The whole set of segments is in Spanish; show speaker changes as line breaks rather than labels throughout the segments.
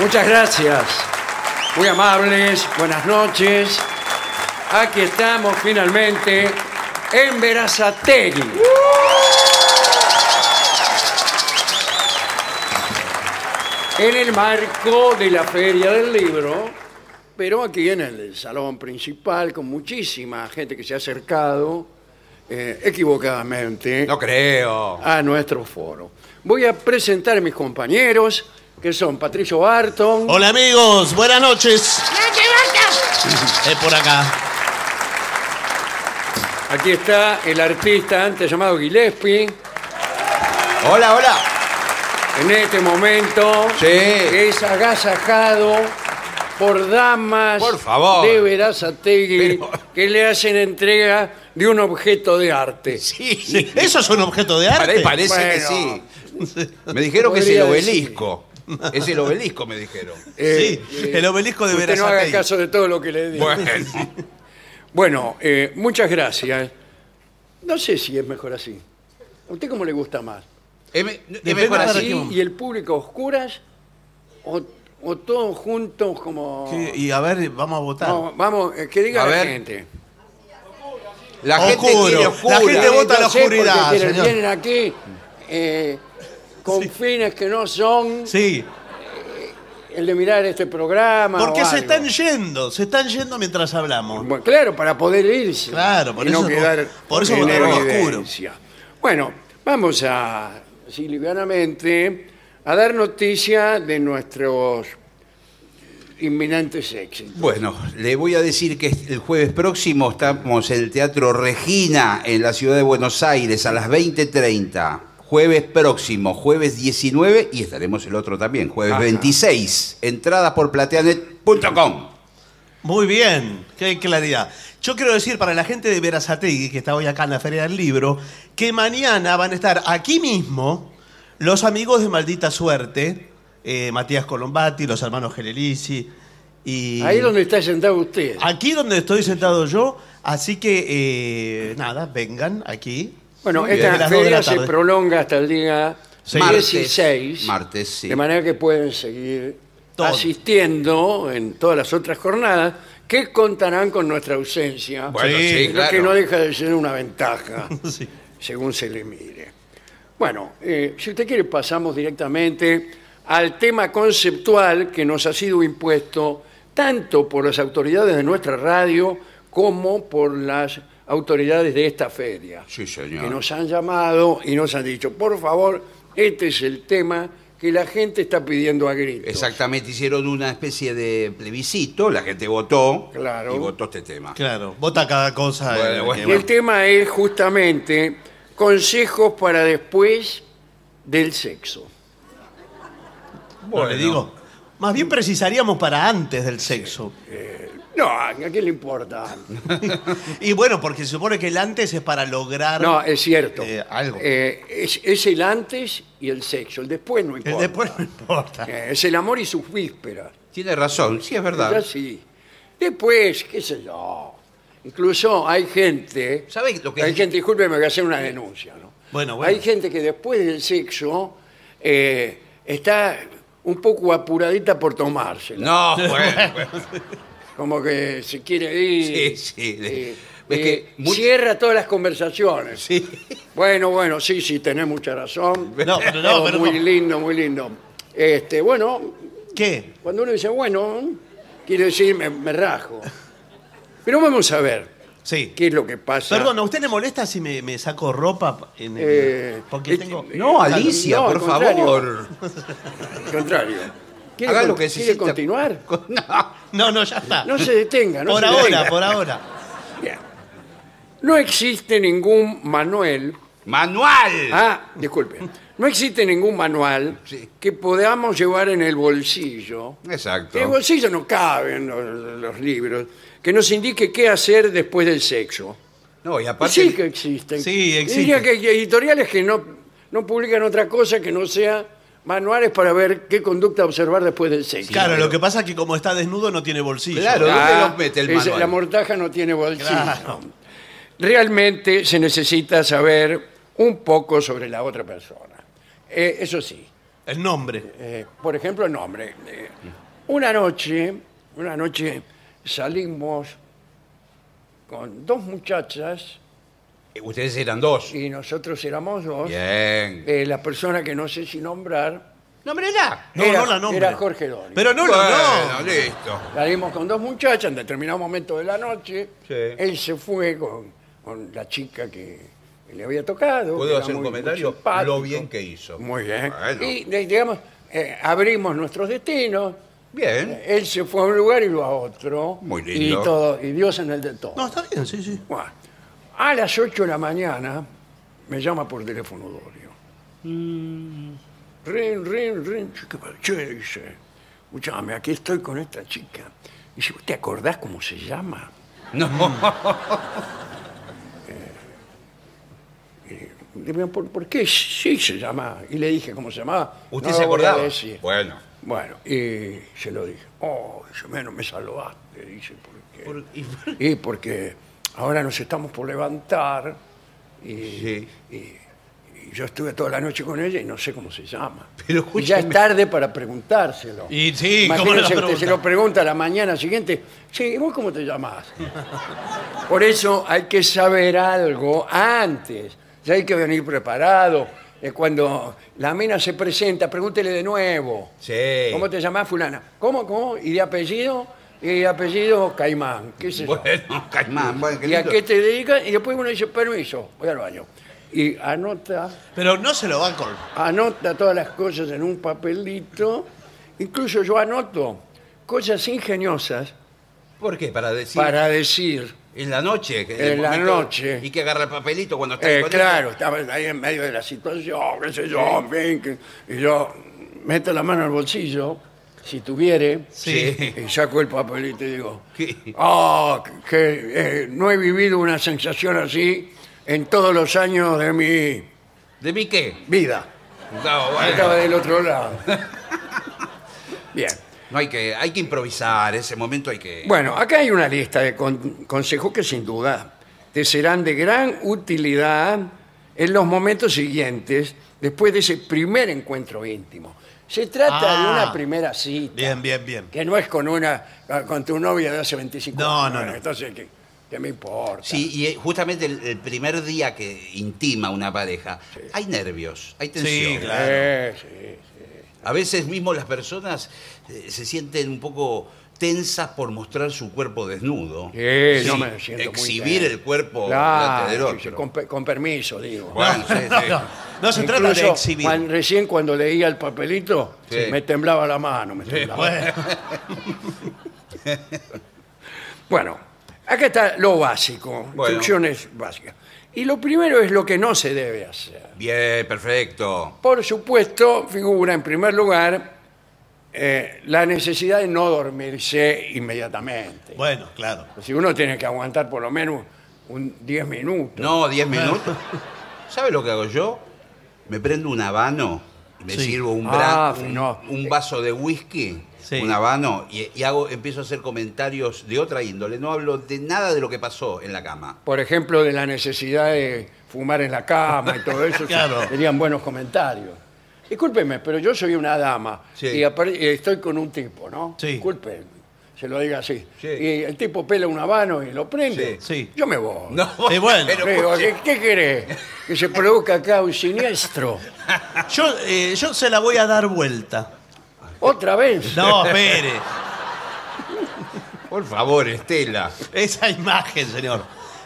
Muchas gracias. Muy amables, buenas noches. Aquí estamos finalmente en Verazategui. En el marco de la Feria del Libro, pero aquí en el salón principal, con muchísima gente que se ha acercado eh, equivocadamente
No creo.
a nuestro foro. Voy a presentar a mis compañeros, que son Patricio Barton.
Hola amigos, buenas noches. Es por acá.
Aquí está el artista antes llamado Gillespie.
Hola, hola.
En este momento
Sí.
es agasajado por damas
Por favor.
de Verazategui
Pero-
que le hacen entrega de un objeto de arte.
Sí,
Eso es un objeto de
Pare-
arte.
parece
Bueno.
que sí. Me dijeron que es el
Podría
obelisco. Es el obelisco, me dijeron.
Eh,
Sí, el obelisco de
usted no haga
Verazategui.
caso de todo lo que le digo. Bueno,
Bueno,
eh, muchas gracias. No sé si es mejor así. ¿A usted cómo le gusta más?
es me- es
Depende
mejor
para
así.
quién.
¿Así y el público a oscuras? ¿O, o todos juntos como...?
Sí, Y a ver, vamos a votar.
No, vamos, eh, que diga
A
la
ver.
gente.
La
Oscuro.
gente quiere
La
oscura.
gente vota
Yo
la
sé, porque
oscuridad,
quienes
señor.
Vienen aquí eh, con fines que no son
Sí,
el de mirar este programa.
porque
o
se
algo.
están yendo, se están yendo mientras hablamos.
Bueno, claro, para poder irse.
Claro, por
y no
eso-
quedar
por eso
en
votaron
evidencia.
oscuro.
Bueno, vamos a, así livianamente, a dar noticia de nuestros inminentes éxitos.
Bueno, le voy a decir que el jueves próximo estamos en el Teatro Regina, en la ciudad de Buenos Aires, a las 20.30. Jueves próximo, jueves 19 y estaremos el otro también, jueves
Ajá.
26. Entradas por plateanet.com.
Muy bien, qué claridad. Yo quiero decir para la gente de Verazategui, que está hoy acá en la Feria del Libro, que mañana van a estar aquí mismo los amigos de Maldita Suerte, eh, Matías Colombati, los hermanos Gelelisi y... Ah,
Ahí es donde está sentado usted.
Aquí donde estoy sentado yo, así que eh, nada, vengan aquí.
Bueno,
Desde
esta
las dos de
feria
la
se
tarde.
prolonga hasta el día
Sí.
Martes.
16.
Martes, sí.
De manera que pueden seguir
Todo.
asistiendo en todas las otras jornadas que contarán con nuestra ausencia.
Bueno,
Sí,
sí,
lo
claro.
que no deja de ser una ventaja,
Sí.
según se le mire. Bueno, eh, si usted quiere pasamos directamente al tema conceptual que nos ha sido impuesto tanto por las autoridades de nuestra radio como por las autoridades de esta feria
Sí,
que
señor.
nos han llamado y nos han dicho, por favor, este es el tema que la gente está pidiendo a gritos.
Exactamente, hicieron una especie de plebiscito, la gente votó
Claro.
y votó este tema.
Claro, vota cada cosa.
Bueno,
eh,
bueno.
Y el tema es justamente consejos para después del sexo.
que- no le digo. Más bien precisaríamos para antes del sexo.
No, ¿a quién le importa?
Y bueno, porque se supone que el antes es para lograr.
No, es cierto.
Eh, algo.
Eh, es, es el antes y el sexo, el después no
El
importa.
después no importa.
Eh, es el amor y sus vísperas.
Tiene razón, sí
Ya
es verdad.
sí. Después, qué sé yo. Incluso hay gente.
¿Sabe lo que-
Hay gente, discúlpeme, voy a hacer una denuncia, ¿no?
Bueno, bueno.
Hay gente que después del sexo eh, está un poco apuradita por tomársela.
No, bueno, bueno.
Como que se quiere ir.
Sí, sí.
eh,
Es que
eh,
mu-
Cierra todas las conversaciones.
Sí.
Bueno, bueno, sí, sí, tenés mucha razón.
No, pero no,
Todo
pero
muy
no.
lindo, muy lindo. Este, bueno,
¿Qué?
cuando uno dice, bueno, quiere decir, me, me rajo. Pero vamos a ver
Sí.
qué es lo que pasa.
Perdón, ¿a usted le molesta si me, me saco ropa? en el-
Eh,
porque
eh,
tengo.
No, Alicia,
No, al
por
contrario.
favor.
Al contrario. ¿Quiere,
Haga
con-
lo que
quiere
necesita.
continuar?
No.
No, no, ya está.
No se detenga. No
por
se
ahora,
detenga.
por ahora.
Bien. No existe ningún manual
¡Manual!
Ah, disculpe. No existe ningún manual
Sí.
que podamos llevar en el bolsillo.
Exacto.
En el bolsillo no caben los, los libros. Que nos indique qué hacer después del sexo.
No, y aparte.
Sí que existen.
Sí, existen.
Diría que hay editoriales que no, no publican otra cosa que no sea manuales para ver qué conducta observar después del sexo.
claro, lo que pasa es que como está desnudo no tiene bolsillo.
Claro. ¿Dónde los mete el
Ah, es-
manual?
La mortaja no tiene bolsillo.
Claro.
Realmente se necesita saber un poco sobre la otra persona. Eh, eso sí,
El nombre.
eh, por ejemplo, el nombre. Eh, una noche, una noche salimos con dos muchachas
Ustedes eran dos.
y nosotros éramos dos.
Bien.
Eh, la persona que no sé si nombrar
¡Nómbrela!
No,
era,
no la nombra.
era Jorge Dori.
Pero no lo
Bueno,
nombra.
listo.
Salimos con dos muchachas en determinado momento de la noche.
Sí.
Él se fue con, con la chica que le había tocado.
¿Puedo
que era
hacer un
muy- muy
comentario?
simpático.
Lo bien que hizo.
Muy bien.
Bueno.
Y de- digamos, eh, abrimos nuestros destinos.
Bien.
Él se fue a un lugar y yo a otro.
Muy lindo.
Y, todo, y Dios en el de todo.
No, está bien, sí, sí.
Bueno, a las 8 de la mañana me llama por teléfono Dorio.
Mm.
Rin, rin, rin. Che, ¿Qué pa- che, dice? Escuchame, aquí estoy con esta chica. Dice, ¿vos te acordás cómo se llama? Mm. No. Le digo, ¿por, por qué? Sí se llama. Y le dije cómo se llamaba.
¿Usted
No
se
lo voy a
acordaba?
decir.
Bueno.
Bueno, y se lo dije. Oh, dice, menos me salvaste, dice, porque...
Y-
Y porque ahora nos estamos por levantar y,
Sí.
y yo estuve toda la noche con ella y no sé cómo se llama.
Pero
y ya es
escúcheme.
tarde para preguntárselo.
Y sí, ¿cómo
Imagínese
le va a
usted,
preguntar?
se lo pregunta a la mañana siguiente. Sí, ¿y vos cómo te llamás? Por eso hay que saber algo antes. Ya hay que venir preparado. Eh, Cuando la mina se presenta, pregúntele de nuevo.
Sí.
¿Cómo te llamás, fulana? ¿Cómo, cómo? ¿Y de apellido? Y de apellido Caimán, qué sé yo.
Bueno, Caimán, bueno, qué
¿Y a
lindo.
qué te dedicas? Y después uno dice, permiso, voy al baño. Y anota,
Pero no se lo va con.
anota todas las cosas en un papelito. Incluso yo anoto cosas ingeniosas
¿Por qué? Para decir.
para decir.
En la noche. que es
En
el
la
momento-
noche.
Y que agarra el papelito cuando está
Eh,
disponible.
claro, estaba ahí en medio de la situación, qué sé yo, en fin, que- y yo meto la mano al bolsillo, si tuviere,
Sí.
y saco el papelito y digo,
¿Qué?
"Ah, que eh, no he vivido una sensación así en todos los años de mi
¿De mí qué?
vida.
No, bueno.
Estaba del otro lado. Bien.
No hay que, hay que improvisar, ese momento hay que.
Bueno, acá hay una lista de con- consejos que sin duda te serán de gran utilidad en los momentos siguientes, después de ese primer encuentro íntimo. Se trata de
Ah.
una primera cita,
Bien, bien, bien.
que no es con una ah, con tu novia de hace 25
No,
años.
no,
Bueno,
no.
Entonces, ¿qué, qué me importa?
Sí, y eh, justamente el, el primer día que intima una pareja, hay nervios, hay tensión.
Sí, claro.
Eh, sí.
A veces mismo las personas eh, se sienten un poco tensas por mostrar su cuerpo desnudo.
Sí, yo me siento muy
exhibir
bien.
el cuerpo
Claro,
delante del
sí, sí,
otro.
con, pe- con permiso, digo.
Bueno, sí,
No,
sí.
no, no se trata de
Incluso,
exhibir.
cuan- recién cuando leía el papelito,
Sí.
me temblaba la mano. me temblaba.
Bueno,
Bueno, acá está lo básico,
Bueno.
instrucciones básicas. Y lo primero es lo que no se debe hacer.
Bien, perfecto.
Por supuesto, figura en primer lugar eh, la necesidad de no dormirse inmediatamente.
bueno, claro.
Si uno tiene que aguantar por lo menos un 10 minutos.
No, 10 minutos. ¿Sabe lo que hago yo? Me prendo un habano, y me
Sí.
sirvo un,
Ah,
bra- un,
no.
un vaso de whisky,
Sí.
un habano, y, y hago, empiezo a hacer comentarios de otra índole. No hablo de nada de lo que pasó en la cama.
Por ejemplo, de la necesidad de fumar en la cama y todo eso.
Claro.
Serían buenos comentarios. Discúlpeme, pero yo soy una dama
Sí.
y apar- y estoy con un tipo, ¿no?
Sí.
Disculpe, se lo diga así.
Sí.
Y el tipo pela un habano y lo prende.
Sí, sí.
Yo me voy.
No,
Eh, bueno.
pero-
Digo, ¿qué, qué querés? Que se produzca acá un siniestro.
Yo, eh, yo se la voy a dar vuelta.
¿Otra vez?
No, espere.
por favor, Estela.
Esa imagen, señor.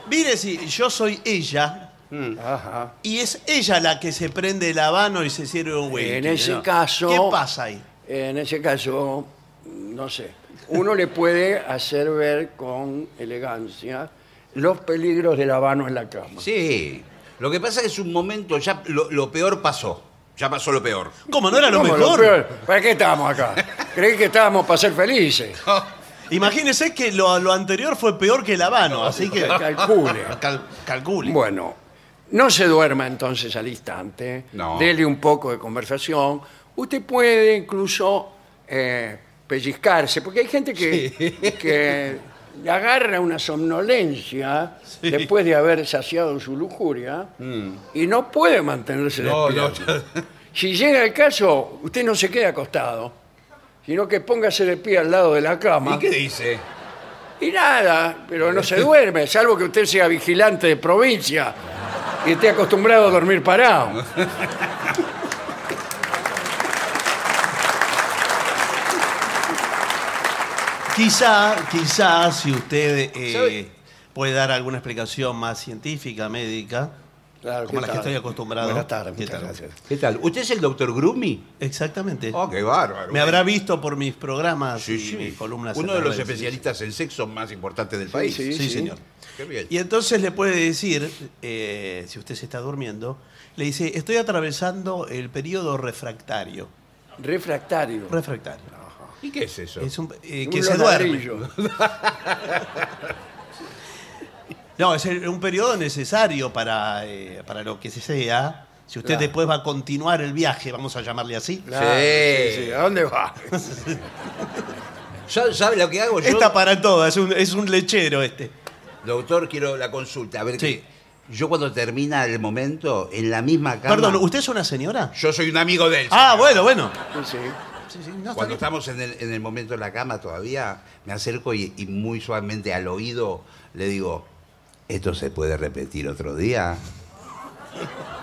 Mire si yo soy ella
Ajá.
y es ella la que se prende el habano y se sirve un whisky.
En ese
¿no?
caso-
Pues, ¿Qué pasa ahí?
En ese caso, no sé, uno le puede hacer ver con elegancia los peligros del habano en la cama.
Sí. Lo que pasa es que es un momento, ya lo, lo peor pasó. Ya pasó lo peor.
¿Cómo no era lo
¿Cómo,
mejor?
peor? ¿Para qué estábamos acá? Creí que estábamos para ser felices.
Imagínese que lo, lo anterior fue peor que el habano, así que.
Calcule.
Cal- calcule.
Bueno, no se duerma entonces al instante.
No.
Dele un poco de conversación. Usted puede incluso eh, pellizcarse, porque hay gente que, que agarra una somnolencia después de haber saciado su lujuria y no puede mantenerse
Mm. No, no,
despierto. Si llega el caso, usted no se queda acostado, sino que póngase de pie al lado de la cama.
¿Y qué dice?
Y nada, pero no se duerme, salvo que usted sea vigilante de provincia y esté acostumbrado a dormir parado.
Quizá, quizá si usted eh,
¿Sabe?
puede dar alguna explicación más científica, médica,
Claro, ¿qué
como la que
tal?
estoy acostumbrado.
Buenas tardes,
¿Qué
muchas
tal?
gracias.
¿Qué tal? ¿Usted es el doctor Grumi?
Exactamente.
Oh, qué bárbaro.
Me habrá visto por mis programas
Sí,
y
sí.
mis columnas. en
Uno de
las
los
redes, sí,
especialistas en sexo más importantes del país.
sí,
sí,
sí.
señor.
Qué bien.
Y entonces le puede decir, eh, si usted se está durmiendo, le dice, estoy atravesando el periodo refractario.
Refractario.
Refractario.
¿Y qué es eso?
Es un, eh,
Un
que se duerme.
ladrillo.
No, es el- un periodo necesario para, eh, para lo que se sea. Si usted
Claro.
después va a continuar el viaje, vamos a llamarle así.
Claro,
Sí.
sí, sí, ¿A dónde va?
¿Sabe, sabe lo que hago yo?
Está para todo, es un, es un lechero este.
Doctor, quiero la consulta. A ver,
Sí.
qué- yo cuando termina el momento, en la misma cama...
Perdón, ¿usted es una señora?
Yo soy un amigo de él.
Ah,
señor.
bueno, bueno.
Sí, sí.
Sí, sí, no, está
Cuando
bien.
estamos en el, en el momento de la cama todavía, me acerco y, y muy suavemente al oído le digo, ¿esto se puede repetir otro día?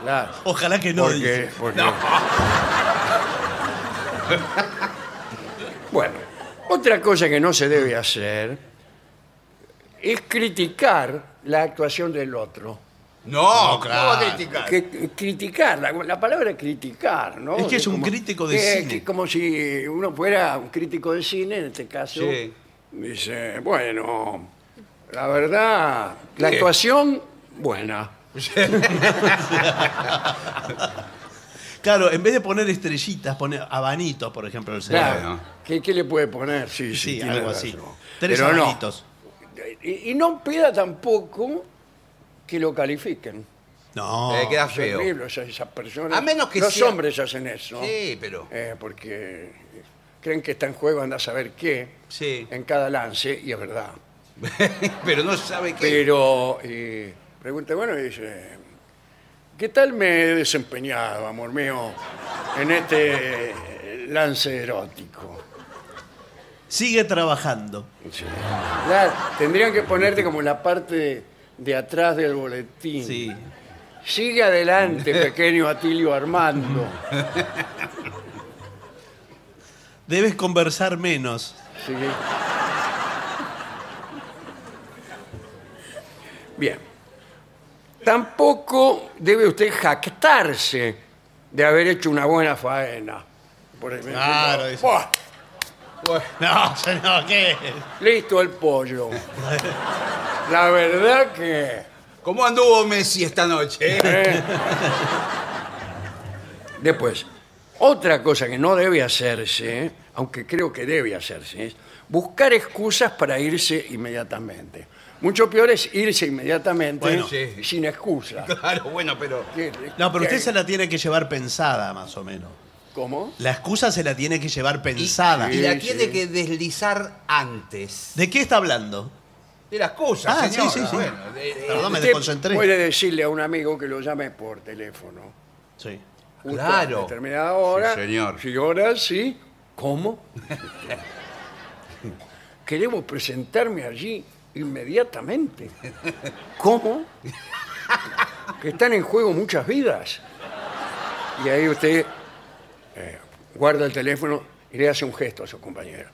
Claro.
Ojalá que no.
Porque,
dice.
porque- bueno, otra cosa que no se debe hacer es criticar la actuación del otro.
No,
claro.
¿cómo criticar?
que- criticar, la, la palabra criticar, ¿no?
Es que es un crítico de
que-
cine.
que como si uno fuera un crítico de cine, en este caso.
Sí.
Dice, bueno, la verdad, la
Sí.
actuación, buena.
Claro, en vez de poner estrellitas, pone abanitos, por ejemplo, el señor.
Claro.
Bueno.
¿Qué, qué le puede poner? Sí, sí,
Sí,
tiene
algo
razón.
así. Tres
Pero no.
abanitos.
Y, y no pida tampoco que lo califiquen.
No.
Eh, queda
Es
feo.
horrible, o sea, esas personas.
A menos que
Los
sea-
hombres hacen eso.
Sí, pero...
eh, porque creen que está en juego, anda a saber qué.
Sí.
En cada lance, y es verdad.
pero no sabe qué.
Pero eh, pregunta, bueno, y dice, ¿qué tal me he desempeñado, amor mío, en este lance erótico?
Sigue trabajando.
Sí. Claro, tendrían que ponerte como la parte de, de atrás del boletín.
Sí.
Sigue adelante, pequeño Atilio Armando.
Debes conversar menos.
Sí. Bien. Tampoco debe usted jactarse de haber hecho una buena faena. Por ejemplo,
Claro, dice.
"Buah,
No, señor, ¿qué?
listo el pollo. La verdad que...
¿Cómo anduvo Messi esta noche?
Eh. Después, otra cosa que no debe hacerse, aunque creo que debe hacerse, es buscar excusas para irse inmediatamente. Mucho peor es irse inmediatamente
Bueno, sí.
sin excusa.
claro, bueno, pero...
¿Qué-
No, pero usted
qué-
se la tiene que llevar pensada, más o menos.
¿Cómo?
La excusa se la tiene que llevar
Y,
pensada.
y la
Sí,
tiene
sí.
que deslizar antes.
¿De qué está hablando?
De las cosas,
Ah, sí,
señora.
sí, sí.
Bueno, de- de-
Perdón, me
Usted
desconcentré.
Puede decirle a un amigo que lo llame por teléfono.
Sí.
Justo
Claro.
A determinada hora.
Sí, señor.
Si ahora sí. ¿Cómo? Queremos presentarme allí inmediatamente. ¿Cómo? Que están en juego muchas vidas. Y ahí usted eh, guarda el teléfono y le hace un gesto a su compañero.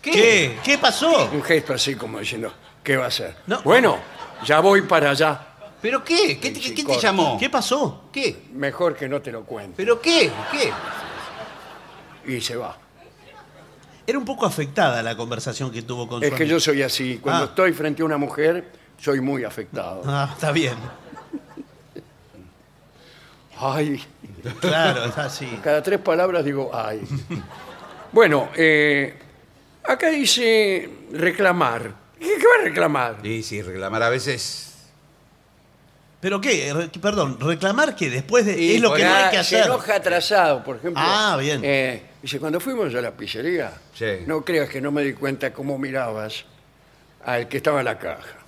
¿Qué? ¿Qué, pasó?
Un gesto así como diciendo, ¿qué va a hacer?
No.
Bueno, ya voy para allá.
¿Pero qué? ¿Qué,
Sí,
te-
sí,
quién te
corta.
llamó?
¿Qué pasó?
¿Qué?
Mejor que no te lo cuente.
¿Pero qué? ¿Qué?
Y se va.
Era un poco afectada la conversación que tuvo con
Es
su
que
amigo.
yo soy así. Cuando
Ah.
estoy frente a una mujer, soy muy afectado.
Ah, está bien.
Ay,
Claro, es así.
cada tres palabras digo ay. Bueno, eh, acá dice reclamar. ¿Qué, qué va a reclamar?
Sí, sí, reclamar a veces.
¿Pero qué? Re- perdón, reclamar que después de. es lo que
por
no
Ah,
hay que
se
hacer.
enoja atrasado, por ejemplo.
Ah, bien.
Eh, dice, cuando fuimos a la pizzería,
Sí.
no creas que no me di cuenta cómo mirabas al que estaba en la caja.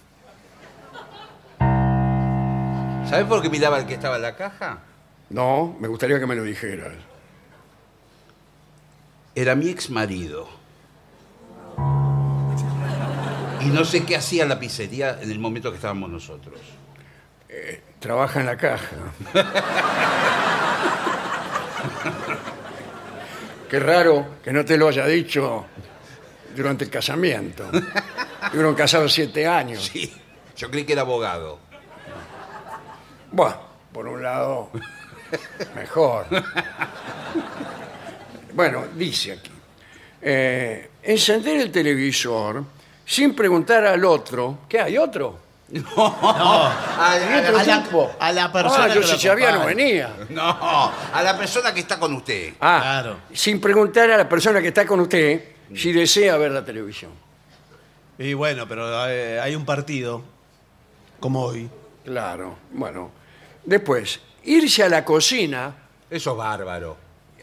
¿Sabes por qué miraba el que estaba en la caja?
No, me gustaría que me lo dijeras.
Era mi ex marido. Y no sé qué hacía la pizzería en el momento que estábamos nosotros.
Trabaja en la caja. Qué raro que no te lo haya dicho durante el casamiento. Fueron casados siete años.
Sí, yo creí que era abogado.
Bueno, por un lado, mejor. Bueno, dice aquí. eh, encender el televisor sin preguntar al otro. ¿Qué hay otro?
Ah,
A,
¿Hay otro
a la-
tipo?
a la persona
Ah, yo
que
si
lo
sabía no
acompaña.
venía.
no, a la persona que está con usted.
Ah,
Claro.
sin preguntar a la persona que está con usted si desea ver la televisión.
Y bueno, pero eh, hay un partido. Como hoy.
Claro, bueno. Después, irse a la cocina
Eso es bárbaro.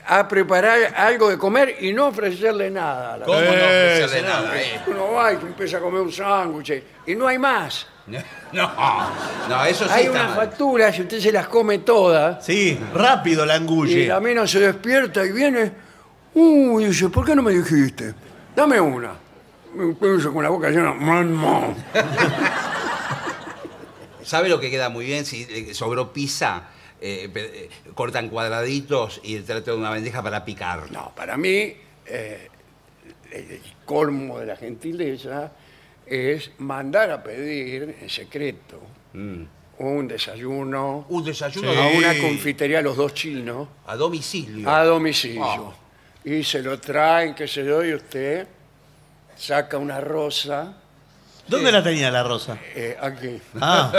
a preparar algo de comer y no ofrecerle nada a la
¿Cómo no ofrecerle
será,
nada? eh?
Uno va y empieza a comer un sándwich y no hay más.
eh? No, no, eso sí
Hay
está
unas
mal.
facturas y usted se las come todas
Sí, rápido la
y
angulle.
la mina se despierta y viene. Uy, dice, ¿por qué no me dijiste? Dame una. Me pienso con la boca llena. "Man, man".
¿Sabe lo que queda muy bien? Si eh, sobró pizza, eh, pe- eh, cortan cuadraditos y tratan una bandeja para picar.
No, para mí eh, el colmo de la gentileza es mandar a pedir en secreto
Mm.
un desayuno
Un desayuno
a
a,
una confitería los dos chinos.
a domicilio.
a domicilio.
Ah.
Y se lo traen, qué sé yo, y usted saca una rosa
¿Dónde la tenía la rosa?
eh, aquí
Ah,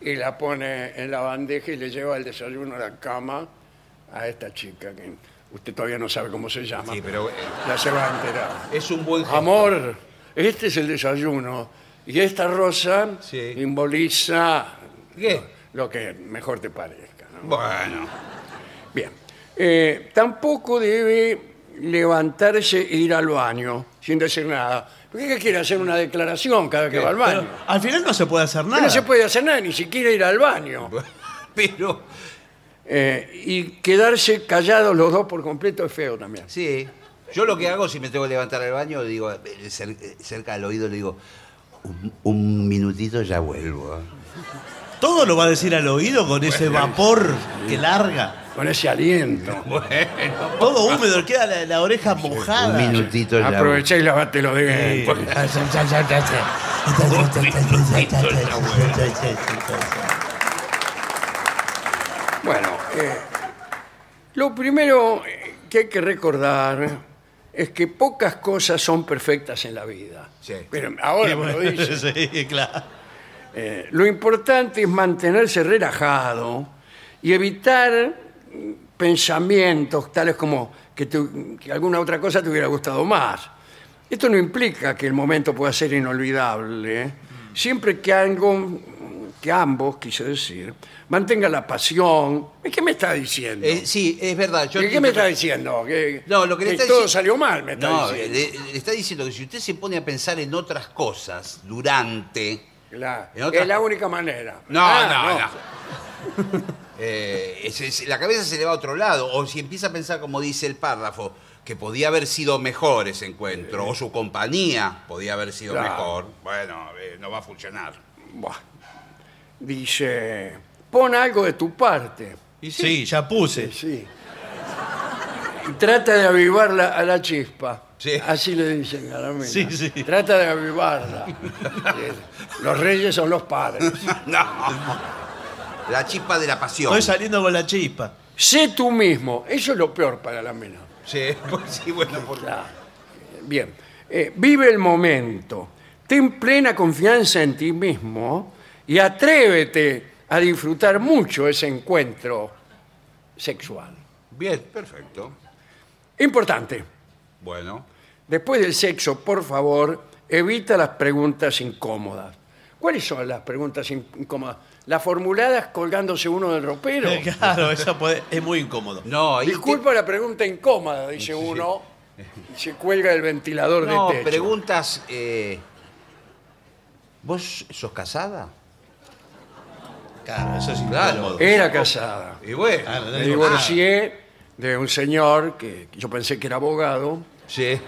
y la pone en la bandeja y le lleva el desayuno a la cama a esta chica que usted todavía no sabe cómo se llama.
Sí, pero eh,
Ya se va a enterar.
es un buen gesto.
Amor, este es el desayuno y esta rosa
Sí.
simboliza
¿Qué?
lo que mejor te parezca. ¿no?
Bueno,
Bien. Eh, tampoco debe levantarse e ir al baño sin decir nada. ¿Por qué quiere hacer una declaración cada vez que va al baño?
pero al final no se puede hacer
Que
nada.
No se puede hacer nada, ni siquiera ir al baño.
pero
Eh, y quedarse callados los dos por completo es feo también.
sí. Yo lo que hago si me tengo que levantar al baño, digo, eh, cer- eh, cerca del oído le digo, un, un minutito ya vuelvo. ¿eh?
Todo lo va a decir al oído con ese vapor que larga.
Con ese aliento.
Todo húmedo, queda la, la oreja mojada.
Un minutito ya vuelvo.
Aprovechá y lavate los
Sí.
dientes. Bueno, eh, lo primero eh, que hay que recordar es que pocas cosas son perfectas en la vida.
Sí.
Pero ahora me lo dice.
Sí, claro.
Eh, lo importante es mantenerse relajado y evitar mm, pensamientos tales como que, tu- que alguna otra cosa te hubiera gustado más. Esto no implica que el momento pueda ser inolvidable, ¿eh? siempre que algo mm, que ambos, quise decir, mantenga la pasión. ¿Eh, ¿Qué me está diciendo?
Eh, sí, es verdad. Yo
¿Qué, qué me está
entiendo-
diciendo? Que,
No, lo que le está
todo
dici-
salió mal, me está
No, eh,
diciendo.
le, le está diciendo que si usted se pone a pensar en otras cosas durante.
La-
en otra-
Es la única manera.
No,
Ah,
no, no. Eh, se- se- la cabeza se le va a otro lado. O si empieza a pensar, como dice el párrafo, que podía haber sido mejor ese encuentro, o su compañía podía haber sido
Claro.
mejor, bueno, eh, no va a funcionar.
Buah. Dice, pon algo de tu parte.
Sí, ya puse.
Sí. Y trata de avivarla a la chispa.
Sí.
Así le dicen a la mina.
Sí, sí.
Trata de avivarla. Eh, los reyes son los padres.
No. La chispa de la pasión.
Estoy saliendo con la chispa.
Sé tú mismo. Eso es lo peor para la mina.
Sí, pues sí, bueno, por-
Claro. Bien. Eh, vive el momento. Ten plena confianza en ti mismo y atrévete a disfrutar mucho ese encuentro sexual.
Bien, perfecto.
Importante,
Bueno.
después del sexo, por favor, evita las preguntas incómodas. ¿Cuáles son las preguntas in- incómodas? Las formuladas colgándose uno del ropero.
Eh, Claro, eso puede- es muy incómodo.
No, ahí te-
Disculpa la pregunta incómoda, dice uno. y Se cuelga el ventilador
no,
de techo.
preguntas. eh, ¿Vos sos casada?
Claro, eso es
Claro.
incómodo.
Era casada.
Y bueno.
Claro,
Me
no digo nada.
divorcié de un señor que yo pensé que era abogado
Sí.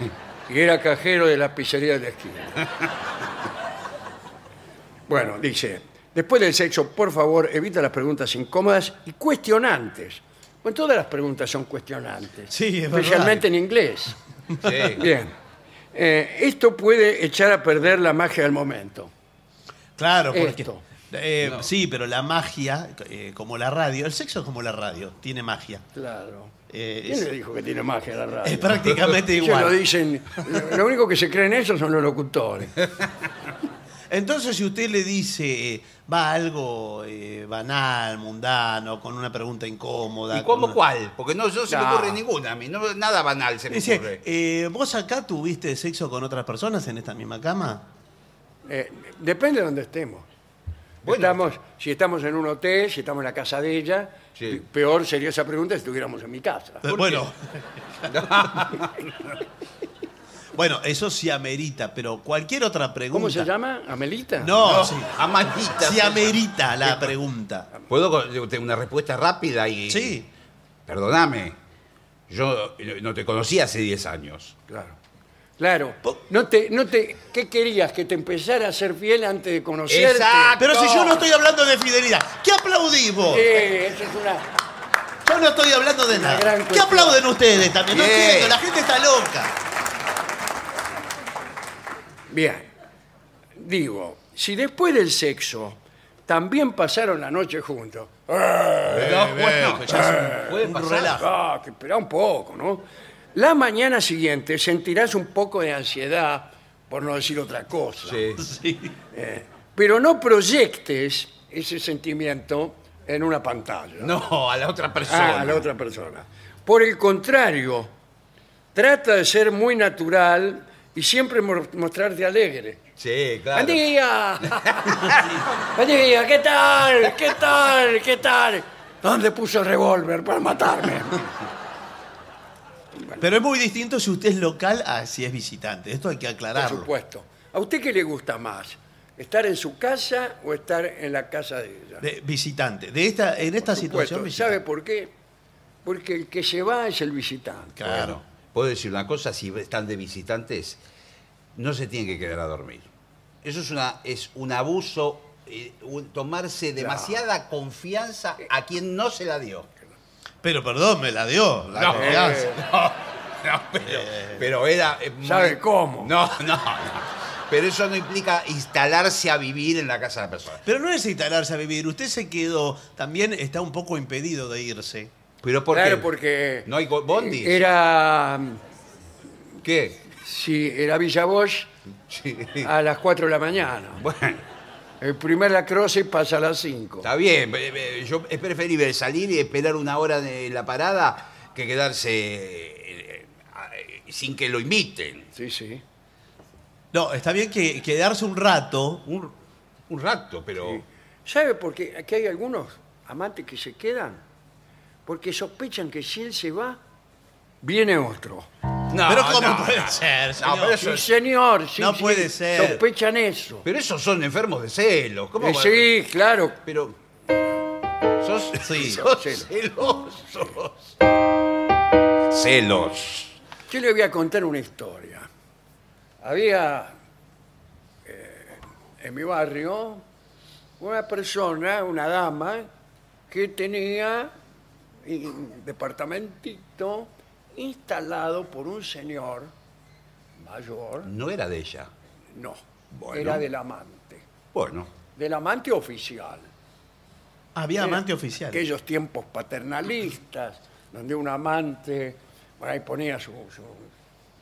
y era cajero de la pizzería de la esquina. Bueno, dice, después del sexo, por favor, evita las preguntas incómodas y cuestionantes. Bueno, todas las preguntas son cuestionantes.
Sí, es verdad.
Especialmente en inglés.
sí.
Bien. Eh, esto puede echar a perder la magia del momento.
Claro, porque.
Esto.
Eh, Sí, pero la magia, eh, como la radio, el sexo es como la radio, tiene magia.
Claro.
Eh,
¿Quién
es-
le dijo que tiene magia la radio?
Es prácticamente
Eso lo
igual.
dicen. lo- Lo único que se creen eso son los locutores.
Entonces, si usted le dice, eh, va algo eh, banal, mundano, con una pregunta incómoda.
¿Y cómo
con una-
cuál? Porque no, no se me
No.
ocurre ninguna a mí. no- nada banal se me
Dice,
ocurre.
eh, ¿vos acá tuviste sexo con otras personas en esta misma cama?
Eh, depende de donde estemos.
Bueno.
Estamos- si estamos en un hotel, si estamos en la casa de ella,
Sí.
peor sería esa pregunta si estuviéramos en mi casa.
Eh, Bueno. bueno, eso sí amerita, pero cualquier otra pregunta.
¿Cómo se llama? ¿Amelita?
No, sí.
Amanita.
Sí amerita la pregunta.
¿Puedo con- te- una respuesta rápida? Y,
Sí.
Perdóname. Yo eh, no te conocí hace 10 años.
Claro. Claro.
Po-
No te, no te, ¿Qué querías? ¿Que te empezara a ser fiel antes de conocerte?
Exacto.
Pero si yo no estoy hablando de fidelidad, ¿qué aplaudís vos?
Eh, esa es una-
Yo no estoy hablando de
Una
nada.
gran
¿Qué
cuestión.
aplauden ustedes también? No
Bien.
entiendo, la gente está loca.
Bien. Digo, si después del sexo también pasaron la noche juntos. Eh,
No, bueno, pues
ya
puede
Eh, un
pasar.
relajo.
Ah, que espera un poco, ¿no? La mañana siguiente sentirás un poco de ansiedad, por no decir otra cosa.
Sí.
Sí.
Pero no proyectes ese sentimiento en una pantalla.
No, a la otra persona.
Ah, a la otra persona. Por el contrario, trata de ser muy natural y siempre mor- mostrarte alegre.
Sí, claro.
¡Buen día! ¡Buen día! ¿Qué tal? ¿Qué tal? ¿Qué tal? ¿Dónde puso el revólver para matarme?
Pero es muy distinto si usted es local a si es visitante. Esto hay que
Por
aclararlo.
supuesto. ¿A usted qué le gusta más? ¿Estar en su casa o estar en la casa de ella?
De- visitante. De esta, en esta
Por supuesto.
situación,
¿Sabe
visitante.
por qué? Porque el que se va es el visitante.
Claro.
Puedo decir una cosa, si están de visitantes, no se tienen que quedar a dormir. Eso es, una, es un abuso, eh, un- tomarse demasiada confianza a quien no se la dio.
Pero perdón, me la dio. La confianza.
Eh.
no, no, pero, pero era... eh,
¿Sabe
muy-
cómo?
No, no, no. Pero eso no implica instalarse a vivir en la casa de la persona.
Pero no es instalarse a vivir. Usted se quedó, también está un poco impedido de irse.
Pero ¿por
claro,
qué?
porque.
¿No hay go- bondis?
Era.
¿Qué?
Sí, era Villa Bosch
Sí.
a las 4 de la mañana.
Bueno,
El primer lacrosse pasa a las 5.
está bien. eh, eh, Yo es preferible salir y esperar una hora de la parada que quedarse eh, eh, sin que lo inviten.
Sí, sí.
No, está bien que quedarse un rato.
Un, un rato, pero...
¿Sabe por qué? Aquí hay algunos amantes que se quedan porque sospechan que si él se va, viene otro.
No,
pero ¿cómo
no,
puede
no.
ser,
No,
señor?
pero, eso
Sí,
es-
señor. sí,
No
sí,
puede ser.
Sospechan eso.
pero esos son enfermos de celos. ¿Cómo
Eh,
va-
sí, claro.
Pero. Sos,
Sí.
sos celosos. Celos.
Yo le voy a contar una historia. Había eh, en mi barrio una persona, una dama, que tenía eh, un departamentito instalado por un señor mayor.
No era de ella.
No,
Bueno.
era del amante.
Bueno.
Del amante oficial.
Había
Era
amante oficial.
Aquellos tiempos paternalistas, donde un amante por ahí ponía su, su-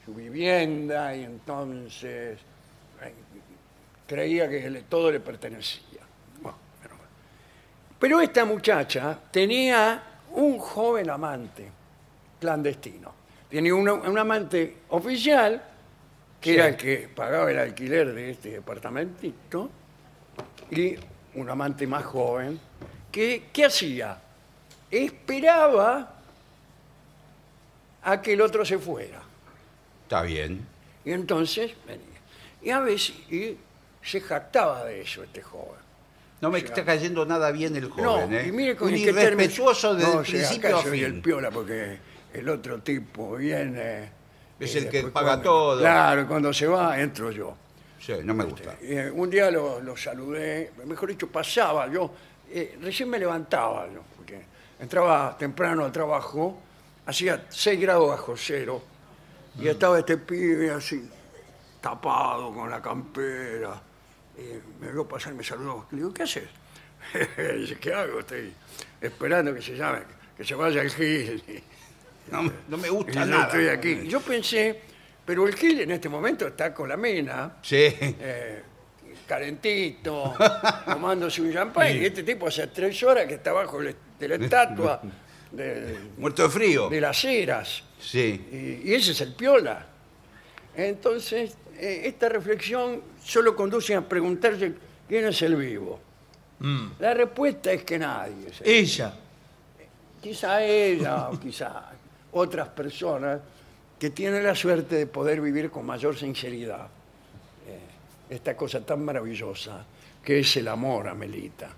su vivienda y entonces eh, creía que le- todo le pertenecía. Bueno, pero- Pero esta muchacha tenía un joven amante clandestino. Tenía una- un amante oficial, que era el que pagaba el alquiler de este departamentito, y un amante más joven, que ¿qué hacía? Esperaba a que el otro se fuera.
Está bien.
Y entonces venía. Y a veces y se jactaba de eso este joven.
No me está cayendo nada bien el joven,
no,
¿eh?
y mire con
Un
en qué términos-
irrespetuoso desde
No,
el
sí,
principio
acá
a
soy el
fin.
piola porque el otro tipo viene.
Es
y
el que
después
paga
cuando-
todo.
Claro, cuando se va, entro yo.
Sí, no me gusta.
Eh, un día lo, lo saludé, mejor dicho, pasaba yo, eh, recién me levantaba yo, porque entraba temprano al trabajo, hacía 6 grados bajo cero, y estaba este pibe así, tapado con la campera, y me vio pasar y me saludó. Le digo, ¿qué haces? Dice, ¿qué hago? Estoy esperando que se llame, que se vaya el Gil.
No, no me
Y
gusta
yo
nada.
estoy aquí. Yo pensé, pero el Gil en este momento está con la mena
Sí.
eh, calentito, tomándose un champán. Y este tipo hace tres horas que está bajo la- de la estatua de,
Muerto de frío.
de las eras.
Sí.
Y, y ese es el piola. Entonces, eh, esta reflexión solo conduce a preguntarse quién es el vivo.
Mm.
La respuesta es que nadie. es el
Ella.
quizá ella o quizá otras personas que tienen la suerte de poder vivir con mayor sinceridad eh, esta cosa tan maravillosa que es el amor, Amelita.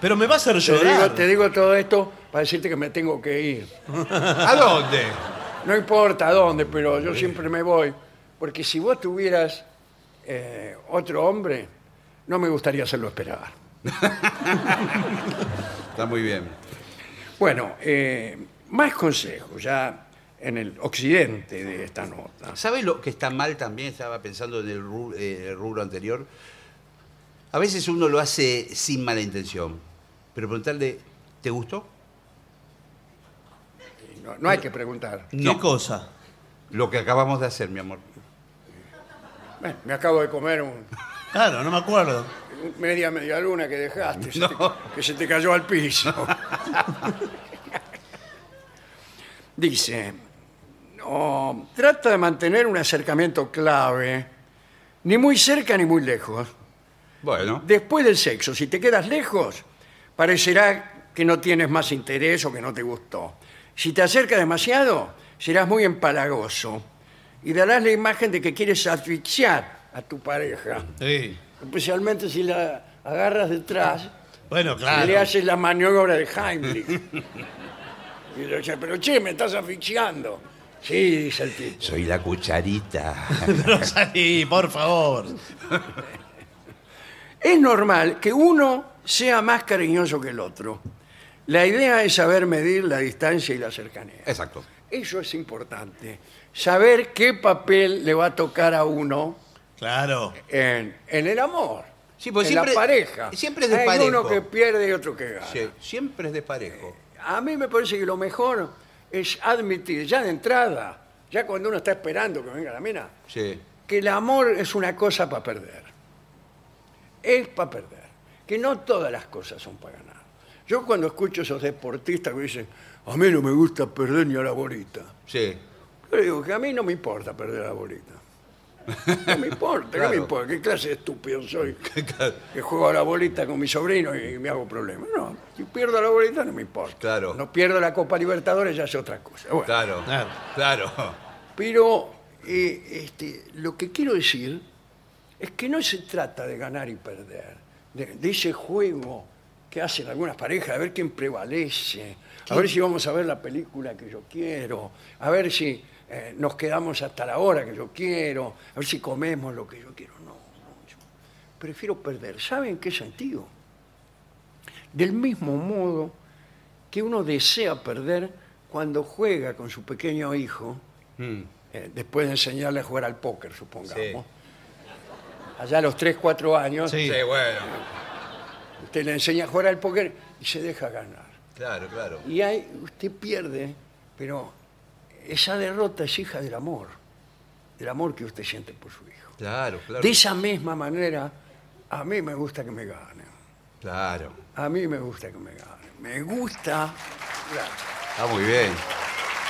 Pero me va a hacer
Te digo,
llorar.
te digo todo esto para decirte que me tengo que ir.
¿A dónde?
No importa a dónde, pero yo siempre me voy. Porque si vos tuvieras eh, otro hombre, no me gustaría hacerlo esperar.
Está muy bien.
Bueno, eh, más consejos ya en el occidente de esta nota.
¿Sabe lo que está mal también? Estaba pensando en el ru- eh, el rubro anterior. A veces uno lo hace sin mala intención, pero preguntarle, ¿te gustó?
No, no hay que preguntar.
¿Qué
No.
cosa?
Lo que acabamos de hacer, mi amor.
Bueno, me acabo de comer un,
Claro, no me acuerdo.
un media media luna que dejaste, se
No.
te- que se te cayó al piso. Dice, no, trata de mantener un acercamiento clave, ni muy cerca ni muy lejos.
Bueno.
Después del sexo, si te quedas lejos, parecerá que no tienes más interés o que no te gustó. Si te acercas demasiado, serás muy empalagoso y darás la imagen de que quieres asfixiar a tu pareja.
Sí.
Especialmente si la agarras detrás
Bueno,
y le
claro.
haces la maniobra de Heimlich. y le dice, pero che, me estás asfixiando. Sí, dice el tipo.
Soy la cucharita.
Pero salí, por favor.
Es normal que uno sea más cariñoso que el otro. La idea es saber medir la distancia y la cercanía.
Exacto.
Eso es importante. Saber qué papel le va a tocar a uno
Claro.
en, en el amor.
Sí, porque
en la
siempre-
pareja.
siempre es
Hay
desparejo.
uno que pierde y otro que gana.
Sí, siempre es desparejo.
A mí me parece que lo mejor es admitir ya de entrada, ya cuando uno está esperando que venga la mina,
Sí.
que el amor es una cosa para perder. Es para perder. Que no todas las cosas son para ganar. Yo cuando escucho esos deportistas que dicen, a mí no me gusta perder ni a la bolita.
Sí.
Yo digo que a mí no me importa perder a la bolita. No me importa, ¿qué me
Claro.
importa? ¿Qué clase de estúpido soy? que juego a la bolita con mi sobrino y me hago problemas. No, si pierdo la bolita no me importa.
Claro.
No pierdo la Copa Libertadores, ya es otra cosa. Bueno,
Claro.
Claro.
Claro.
pero eh, este, lo que quiero decir es que no se trata de ganar y perder, de, de ese juego que hacen algunas parejas, a ver quién prevalece, a ver si vamos a ver la película que yo quiero, a ver si eh, nos quedamos hasta la hora que yo quiero, a ver si comemos lo que yo quiero. No, no, yo prefiero perder. ¿Saben en qué sentido? Del mismo modo que uno desea perder cuando juega con su pequeño hijo,
Mm.
eh, después de enseñarle a jugar al póker, supongamos. Allá a los 3, 4 años,
Sí.
Sí, bueno.
usted le enseña a jugar al póker y se deja ganar.
Claro, claro.
Y ahí usted pierde, pero esa derrota es hija del amor, del amor que usted siente por su hijo.
Claro, claro.
De esa misma manera, a mí me gusta que me ganen.
Claro.
A mí me gusta que me ganen. Me gusta. Gracias.
Está muy bien.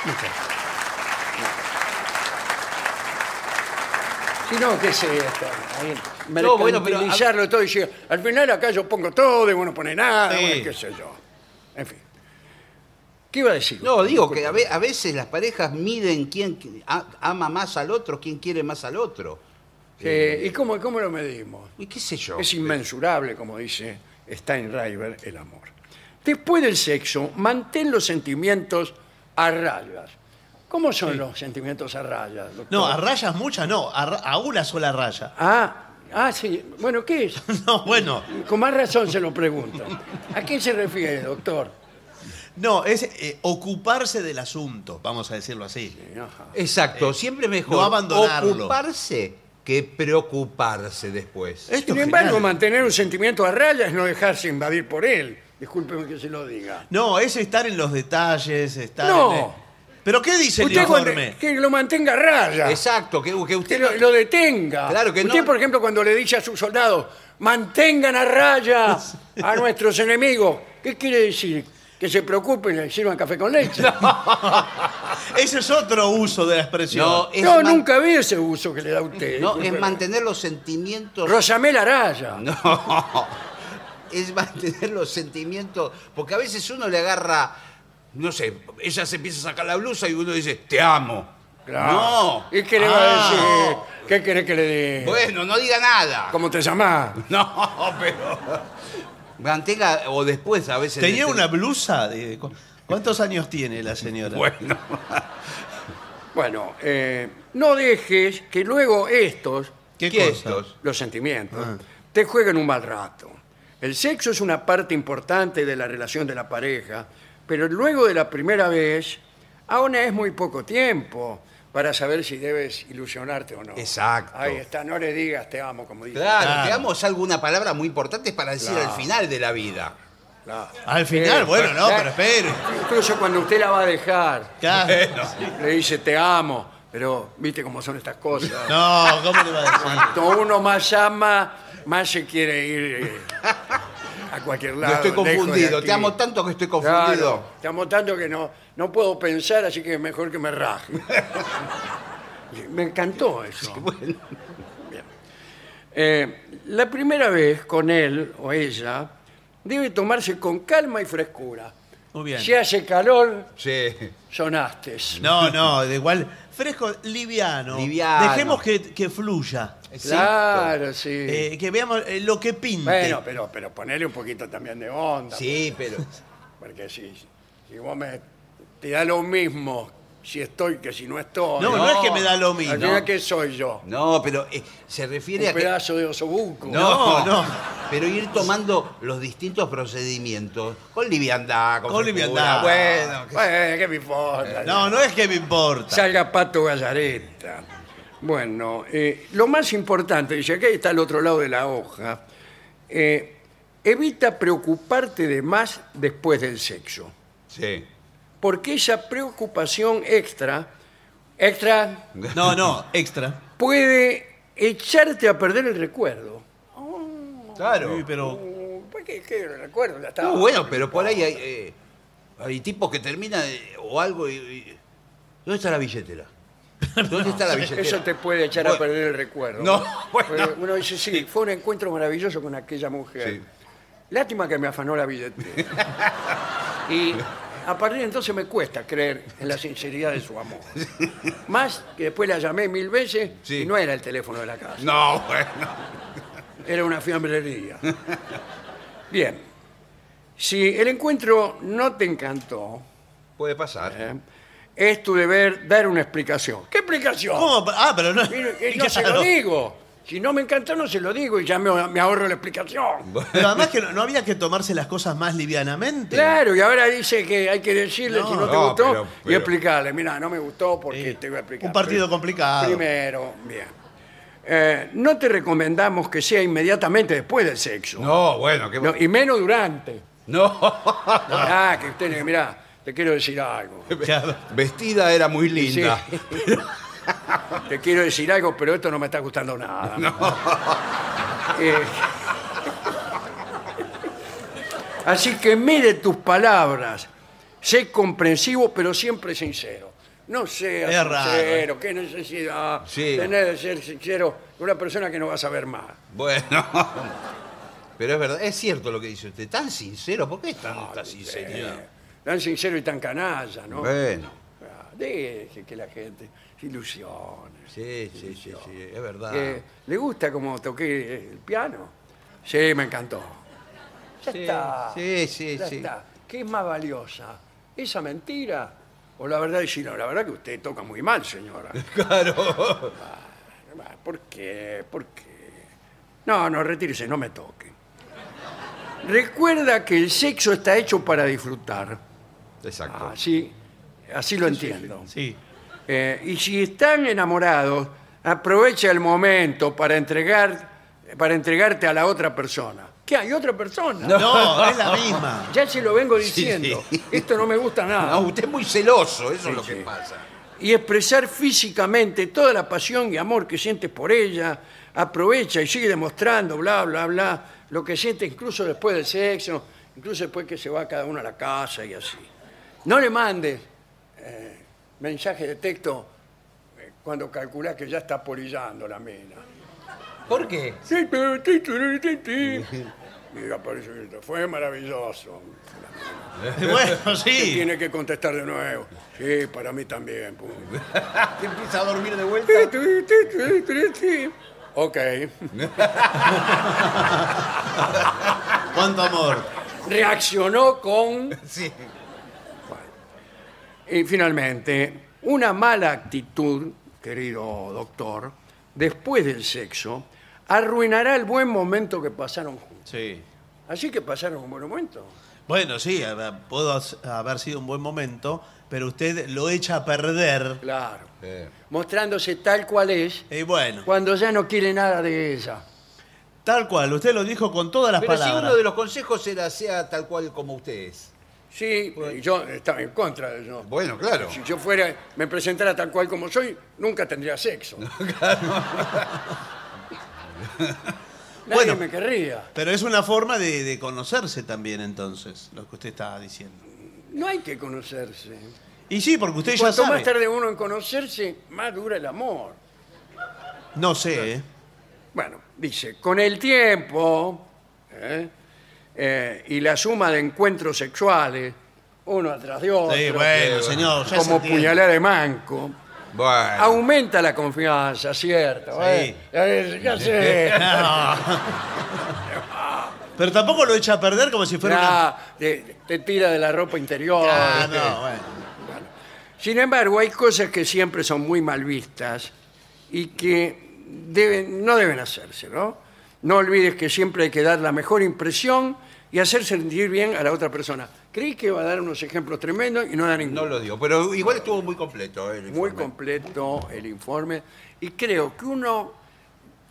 Muchas gracias. Si no, qué sé, está ahí
No, bueno, pero-
mercantilizarlo todo y llega- al final acá yo pongo todo y bueno, pone nada,
Sí.
bueno, qué sé yo. En fin. ¿Qué iba a decir?
No, digo que a, ve- a veces las parejas miden quién qui- a- ama más al otro, quién quiere más al otro.
Eh, ¿Y cómo, cómo lo medimos?
Y qué sé yo.
Es inmensurable, como dice Steinreiber, el amor. Después del sexo, mantén los sentimientos a rayas. ¿Cómo son los sentimientos a rayas? doctor?
No, a rayas muchas no, a, ra- a una sola raya.
Ah, ah, sí. Bueno, ¿qué es?
No, bueno,
Con más razón se lo pregunto. ¿A qué se refiere, doctor?
no, es eh, ocuparse del asunto, vamos a decirlo así.
Ajá.
Exacto, siempre mejor
no abandonarlo.
ocuparse que preocuparse después.
Esto
Sin
es
embargo,
genial.
mantener un sentimiento a rayas es no dejarse invadir por él. Discúlpeme que se lo diga.
No, es estar en los detalles, estar
No.
en el- ¿Pero qué dice el
cuando-
informe?
que lo mantenga a raya.
Exacto, que, que
Usted
usted
lo, lo detenga.
Claro que no.
Usted, por ejemplo, cuando le dice a sus soldados, mantengan a raya a nuestros enemigos, ¿qué quiere decir? Que se preocupen y le sirvan café con leche. No,
Ese es otro uso de la expresión.
No, es man-
nunca vi ese uso que le da a usted.
no, es
Disculpe.
mantener los sentimientos.
Rosamel Araya.
No. Es mantener los sentimientos. Porque a veces uno le agarra. No sé, ella se empieza a sacar la blusa y uno dice, te amo.
Claro.
No.
¿Y qué le va a
Ah.
decir? ¿Qué quiere que le diga?
Bueno, no diga nada.
¿Cómo te llamás?
No, pero. Mantenga, o después a veces.
Tenía
le-
una blusa de... ¿cu- ¿Cuántos años tiene la señora?
Bueno.
Bueno, eh, no dejes que luego estos,
¿Qué
¿Qué
cosa?
estos?
los sentimientos,
Ah.
te jueguen un mal rato. El sexo es una parte importante de la relación de la pareja, pero luego de la primera vez, aún es muy poco tiempo para saber si debes ilusionarte o no.
Exacto.
Ahí está, no le digas te amo, como dice.
Claro,
Claro.
te amo es alguna palabra muy importante para decir
Claro.
al final de la vida.
Claro.
Al final,
Eh,
bueno, no,
ya-
pero espere.
Incluso cuando usted la va a dejar,
Claro.
le dice te amo, pero viste cómo son estas cosas.
No, ¿cómo le va a decir?
Cuanto uno más ama, más se quiere ir eh, a cualquier
Yo
lado.
estoy
lejos de
confundido,
aquí.
te amo tanto que estoy
Claro,
confundido.
te amo tanto que no, no puedo pensar, así que mejor que me raje. me encantó eso. Bien. Eh, la primera vez con él o ella debe tomarse con calma y frescura.
Muy bien.
Si hace calor,
Sí.
sonaste.
No, no, de igual. Fresco, liviano.
Liviano.
Dejemos que, que fluya.
Claro, sí.
Eh, que veamos eh, lo que pinte.
bueno, pero, pero ponerle un poquito también de onda.
Sí, pero.
Porque si, si vos me. Te da lo mismo si estoy que si no estoy.
no, no,
no.
es que me da lo
Al
mismo.
final, ¿qué soy yo?
No, pero eh, se
Un
refiere a que.
pedazo de osobuco.
No,
No,
no.
no.
Pero ir tomando los distintos procedimientos con liviandad, con,
Con
frescura.
liviandad.
Bueno, que-
Ah, Bueno, ¿qué me importa?
No, no es que me importa.
Salga Pato Gallareta. Bueno, eh, lo más importante, dice, aquí está al otro lado de la hoja, eh, evita preocuparte de más después del sexo.
sí.
Porque esa preocupación extra, extra
No, no, extra.
puede echarte a perder el recuerdo.
Claro.
Uy, pero.
Mm, ¿Por qué, qué recuerdo? Ya estaba.
No, bueno, pero por ahí hay, eh, hay tipos que terminan eh, o algo y, y- ¿Dónde está la billetera? ¿Dónde está la billetera?
Eso te puede echar a
Bueno,
perder el recuerdo.
No, bueno.
Pero Uno dice, sí, fue un encuentro maravilloso con aquella mujer.
Sí.
Lástima que me afanó la billetera. y a partir de entonces me cuesta creer en la sinceridad de su amor. Más que después la llamé mil veces
Sí.
y no era el teléfono de la casa.
No, bueno.
Era una fiambrería. Bien. Si el encuentro no te encantó,
Puede pasar.
¿eh? es tu deber dar una explicación. ¿Qué explicación?
¿Cómo? Ah, pero no.
Mire, que no se
Claro.
lo digo. Si no me encantó, no se lo digo y ya me, me ahorro la explicación.
Pero además que no, no había que tomarse las cosas más livianamente.
Claro, y ahora dice que hay que decirle
No.
si no te
No,
gustó
pero-
y
pero-
explicarle. Mira, no me gustó porque
Sí.
te voy a explicar.
Un partido
Pero-
complicado.
Primero, bien. Eh, no te recomendamos que sea inmediatamente después del sexo.
No, bueno, qué
No, y menos durante.
No.
Ah, que usted, mira, te quiero decir algo.
Claro.
Vestida era muy linda.
Sí. Te quiero decir algo, pero esto no me está gustando nada. Eh, Así que mide tus palabras. Sé comprensivo, pero siempre sincero. No seas
Es raro.
sincero, qué necesidad.
eh. Sí.
Tener de ser sincero con una persona que no va a saber más.
Bueno. Pero es verdad, es cierto lo que dice usted. Tan sincero, ¿por qué es tan, tan
eh.
sinceridad?
Tan sincero y tan canalla, ¿no?
Bueno,
Ah, Deje que la gente se ilusione.
sí, sí, sí, sí, es verdad.
Eh, ¿Le gusta cómo toqué el piano? Sí, me encantó. Ya
Sí,
está.
sí, sí,
ya
sí.
está. ¿Qué es más valiosa? ¿Esa mentira? O la verdad, y si no, la verdad que usted toca muy mal, señora.
Claro.
Ah, ¿Por qué? ¿Por qué? No, no, retírese, no me toque. Recuerda que el sexo está hecho para disfrutar.
Exacto.
Así, Ah, así lo entiendo.
Sí.
Eh, y si están enamorados, aprovecha el momento para entregar, para entregarte a la otra persona. ¿Qué hay otra persona?
No, es la misma.
Ya se lo vengo diciendo.
sí.
Esto no me gusta nada.
No, usted es muy celoso, eso
Sí,
es lo
sí.
que pasa.
Y expresar físicamente toda la pasión y amor que sientes por ella. Aprovecha y sigue demostrando, bla, bla, bla, lo que siente incluso después del sexo, incluso después que se va cada uno a la casa y así. No le mandes eh, mensaje de texto eh, cuando calculás que ya está polillando la mina.
¿Por qué?
Sí, pero ti, tu, ru, ti, ti. Y aparece, fue maravilloso.
Bueno,
Y
sí.
tiene que contestar de nuevo. Sí, para mí también. pum.
¿Te empieza a dormir de vuelta?
Ok.
Cuánto amor.
Reaccionó con...
Sí.
Y finalmente, una mala actitud, querido doctor, después del sexo, arruinará el buen momento que pasaron juntos.
Sí.
Así que pasaron un buen momento.
Bueno, sí, a ver, pudo has- haber sido un buen momento, pero usted lo echa a perder.
Claro.
Eh.
Mostrándose tal cual es,
Y bueno,
cuando ya no quiere nada de ella.
tal cual, usted lo dijo con todas las
Pero si
palabras.
uno de los consejos era sea tal cual como usted es.
Sí, y yo estaba en contra de eso.
Bueno, claro.
Si yo fuera, me presentara tal cual como soy, nunca tendría sexo. Nadie
Bueno.
me querría.
Pero es una forma de, de conocerse también, entonces, lo que usted está diciendo.
No hay que conocerse.
Y sí, porque usted ya
Cuanto
sabe.
más tarde uno en conocerse, más dura el amor.
No sé, ¿eh?
Bueno, dice, con el tiempo ¿eh? Eh, y la suma de encuentros sexuales, uno atrás de otro,
Sí, bueno, señor, ya se
Oh, como
entiende.
puñalada de manco,
Bueno.
aumenta la confianza, ¿cierto?
Sí.
Eh, eh, ya sé.
Pero tampoco lo echa a perder como si fuera una...
Nah, te, te tira de la ropa interior.
Ah, no, bueno.
Sin embargo, hay cosas que siempre son muy mal vistas y que deben, no deben hacerse, ¿no? No olvides que siempre hay que dar la mejor impresión y hacer sentir bien a la otra persona. Creí que iba a dar unos ejemplos tremendos y no da ninguno.
No lo digo, pero igual estuvo muy completo. eh, el
Muy
informe.
completo el informe. Y creo que uno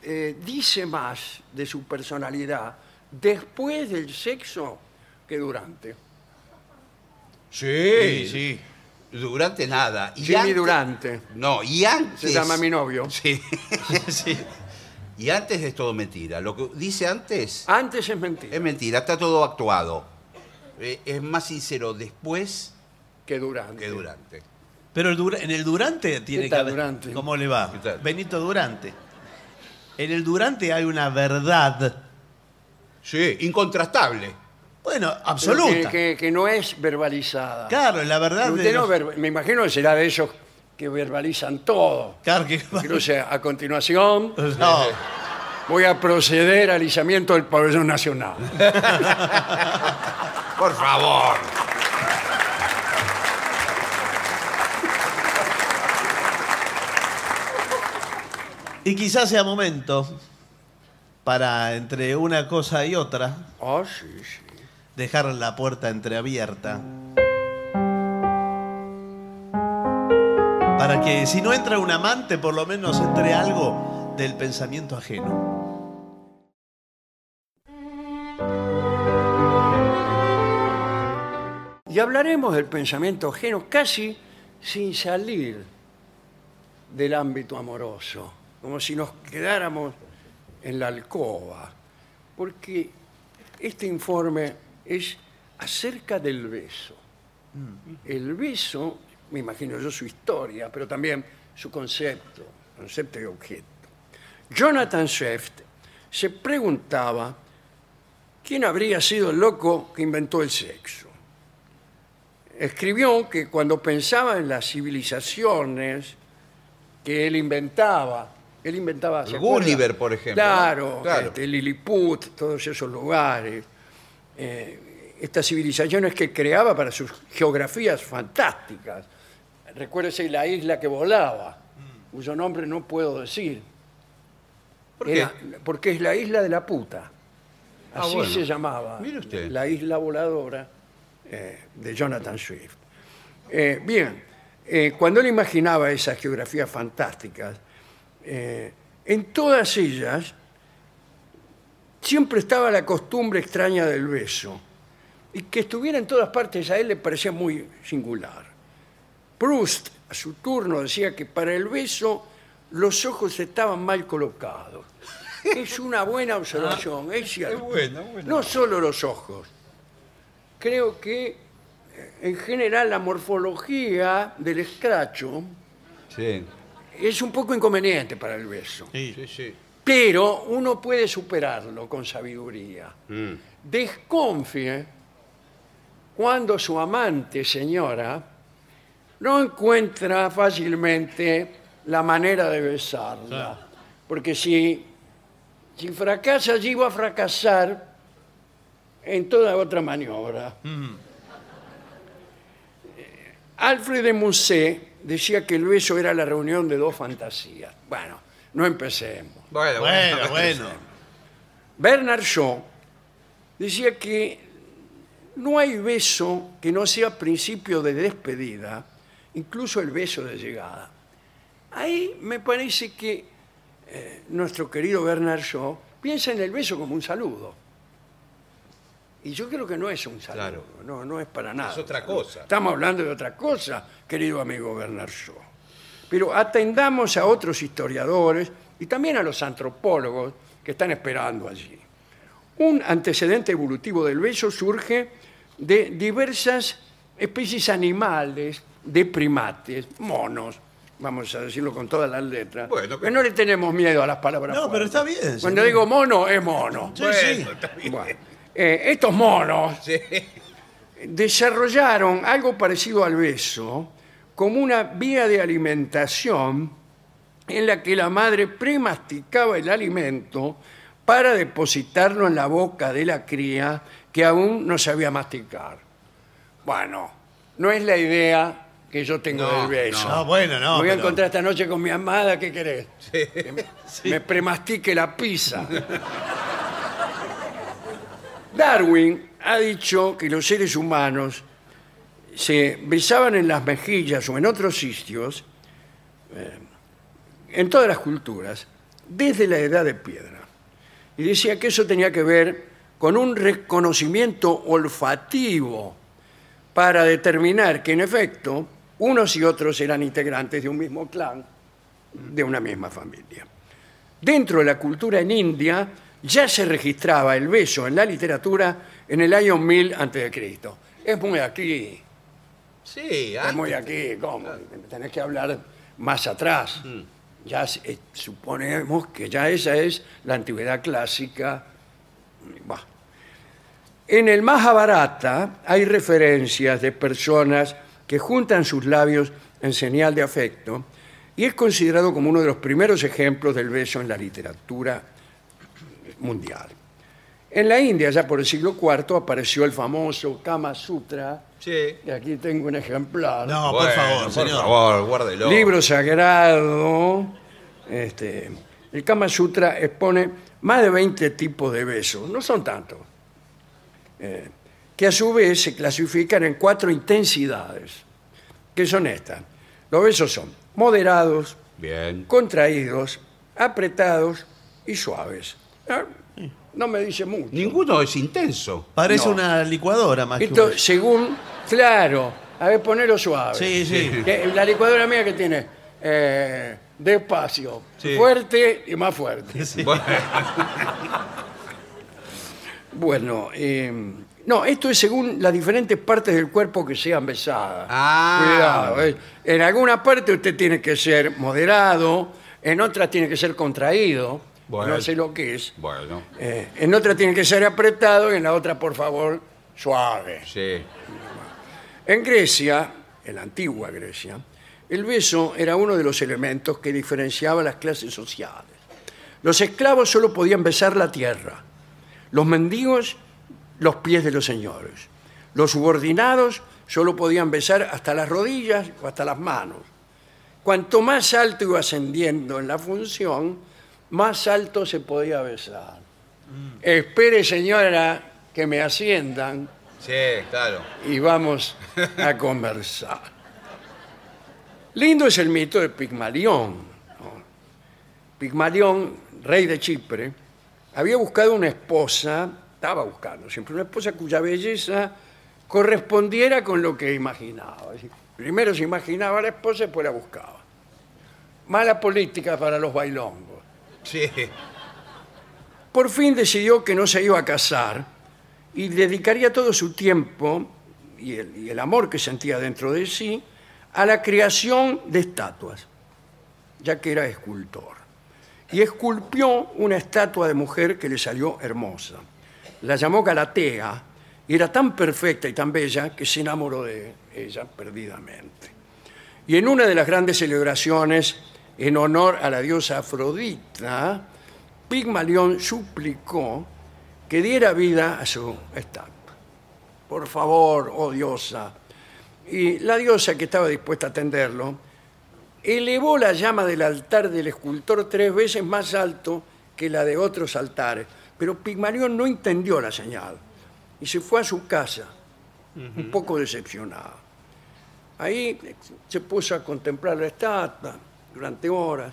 eh, dice más de su personalidad después del sexo que durante.
Sí,
Sí, sí.
Durante nada. Y
Jimmy
antes-
Durante.
No, y antes.
Se llama mi novio.
Sí.
Sí.
Y antes es todo mentira. Lo que dice antes
Antes es mentira
es mentira, está todo actuado. Eh, es más sincero después
que durante.
que durante.
Pero el Dura- en el Durante tiene
¿Qué
que
tal
haber...
Durante?
¿Cómo le va?
¿Qué tal?
Benito Durante. En el Durante hay una verdad,
Sí, incontrastable.
bueno,
Pero
absoluta.
Que, que- que no es verbalizada.
Claro, la verdad
Usted
de...
no
los-
ver- me imagino que será de esos que verbalizan todo.
Claro que...
Incluso a continuación
No,
voy a proceder al izamiento del pabellón nacional.
Por favor.
y quizás sea momento para entre una cosa y otra
Ah, sí, sí.
dejar la puerta entreabierta. Para que si no entra un amante, por lo menos entre algo del pensamiento ajeno.
Y hablaremos del pensamiento ajeno casi sin salir del ámbito amoroso, como si nos quedáramos en la alcoba, porque este informe es acerca del beso. El beso, me imagino yo su historia, pero también su concepto, concepto y objeto. Jonathan Swift se preguntaba quién habría sido el loco que inventó el sexo. Escribió que cuando pensaba en las civilizaciones que él inventaba, él inventaba... ¿se acuerda?
Gulliver, por ejemplo, ¿no?
Claro,
Claro.
este, Lilliput, todos esos lugares. eh, estas civilizaciones que creaba para sus geografías fantásticas. Recuérdese la isla que volaba,
Mm.
cuyo nombre no puedo decir.
¿Por qué?
Era- porque es la isla de la puta.
Ah,
Así
bueno.
se llamaba.
Mire usted.
La isla voladora eh, de Jonathan Swift. Eh, bien, eh, cuando él imaginaba esas geografías fantásticas, eh, en todas ellas siempre estaba la costumbre extraña del beso. Y que estuviera en todas partes a él le parecía muy singular. Proust, a su turno, decía que para el beso los ojos estaban mal colocados. Es una buena observación, es cierto. No solo los ojos. Creo que eh, en general la morfología del escracho
Sí.
es un poco inconveniente para el beso.
Sí, sí.
Pero uno puede superarlo con sabiduría.
Mm.
Desconfíe cuando su amante, señora, no encuentra fácilmente la manera de besarla. Porque si, si fracasa allí, va a fracasar en toda otra maniobra. Eh, Alfred de Musset decía que el beso era la reunión de dos fantasías. Bueno, no empecemos.
Bueno,
Bueno, bueno.
Bernard Shaw decía que no hay beso que no sea principio de despedida, incluso el beso de llegada. Ahí me parece que eh, nuestro querido Bernard Shaw piensa en el beso como un saludo. Y yo creo que no es un saludo,
Claro.
no, no es para nada.
Es otra cosa.
Estamos hablando de otra cosa, querido amigo Bernard Shaw. Pero atendamos a otros historiadores y también a los antropólogos que están esperando allí. Un antecedente evolutivo del beso surge de diversas especies animales, de primates, monos, vamos a decirlo con todas las letras.
Bueno,
que no le tenemos miedo a las palabras.
No, pero
fuertes.
está bien,
Cuando
señor.
digo mono, es mono.
Sí, sí.
Bueno, eh, estos monos desarrollaron algo parecido al beso como una vía de alimentación en la que la madre premasticaba el alimento para depositarlo en la boca de la cría que aún no sabía masticar. Bueno, no es la idea que yo tengo
No,
del beso.
no, Ah, bueno, no,
Me voy a
pero-
encontrar esta noche con mi amada, ¿qué querés? Que me- Me premastique la pizza. Darwin ha dicho que los seres humanos se besaban en las mejillas o en otros sitios, eh, en todas las culturas, desde la edad de piedra. Y decía que eso tenía que ver con un reconocimiento olfativo para determinar que en efecto unos y otros eran integrantes de un mismo clan, de una misma familia. Dentro de la cultura en India ya se registraba el beso en la literatura en el año 1000 a.C. Es muy aquí,
Sí, ah,
es muy aquí, ¿cómo? Tenés que hablar más atrás. Ya se- eh, suponemos que ya esa es la antigüedad clásica. Bah. En el Mahabharata hay referencias de personas que juntan sus labios en señal de afecto y es considerado como uno de los primeros ejemplos del beso en la literatura mundial. En la India, ya por el siglo IV, apareció el famoso Kama Sutra.
Sí.
Y aquí tengo un ejemplar.
No,
Bueno,
por favor,
Por
señor.
favor, guárdelo.
Libro sagrado. Este, el Kama Sutra expone más de 20 tipos de besos, no son tantos, Eh, que a su vez se clasifican en cuatro intensidades, que son estas. Los besos son moderados,
Bien.
contraídos, apretados y suaves. Ah, No me dice mucho.
Ninguno es intenso.
Parece
No.
una licuadora más que
Esto
un-
según, claro, a ver, ponelo suave.
Sí, sí.
Que La licuadora mía que tiene eh, despacio,
Sí.
fuerte y más fuerte.
Sí.
Bueno,
Bueno, eh, No, esto es según las diferentes partes del cuerpo que sean besadas.
Ah.
Cuidado. ¿eh? En alguna parte usted tiene que ser moderado, en otra tiene que ser contraído.
Bueno.
No sé lo que es.
Bueno,
Eh, en otra tiene que ser apretado y en la otra, por favor, suave.
sí.
En Grecia, en la antigua Grecia, el beso era uno de los elementos que diferenciaba las clases sociales. Los esclavos solo podían besar la tierra, los mendigos los pies de los señores, los subordinados solo podían besar hasta las rodillas o hasta las manos. Cuanto más alto iba ascendiendo en la función, más alto se podía besar. Espere, señora, que me asciendan
Sí, claro.
y vamos a conversar. Lindo es el mito de Pigmalión. ¿no? Pigmalión, rey de Chipre, había buscado una esposa, estaba buscando siempre una esposa cuya belleza correspondiera con lo que imaginaba. Es decir, Primero se imaginaba la esposa y después la buscaba. Mala política para los bailongos
Sí.
por fin decidió que no se iba a casar y dedicaría todo su tiempo y el, y el amor que sentía dentro de sí a la creación de estatuas, ya que era escultor. Y esculpió una estatua de mujer que le salió hermosa. La llamó Galatea y era tan perfecta y tan bella que se enamoró de ella perdidamente. Y en una de las grandes celebraciones en honor a la diosa Afrodita, Pigmalión suplicó que diera vida a su estatua. Por favor, oh diosa. Y la diosa que estaba dispuesta a atenderlo, elevó la llama del altar del escultor tres veces más alto que la de otros altares. Pero Pigmalión no entendió la señal y se fue a su casa, un poco decepcionado. Ahí se puso a contemplar la estatua durante horas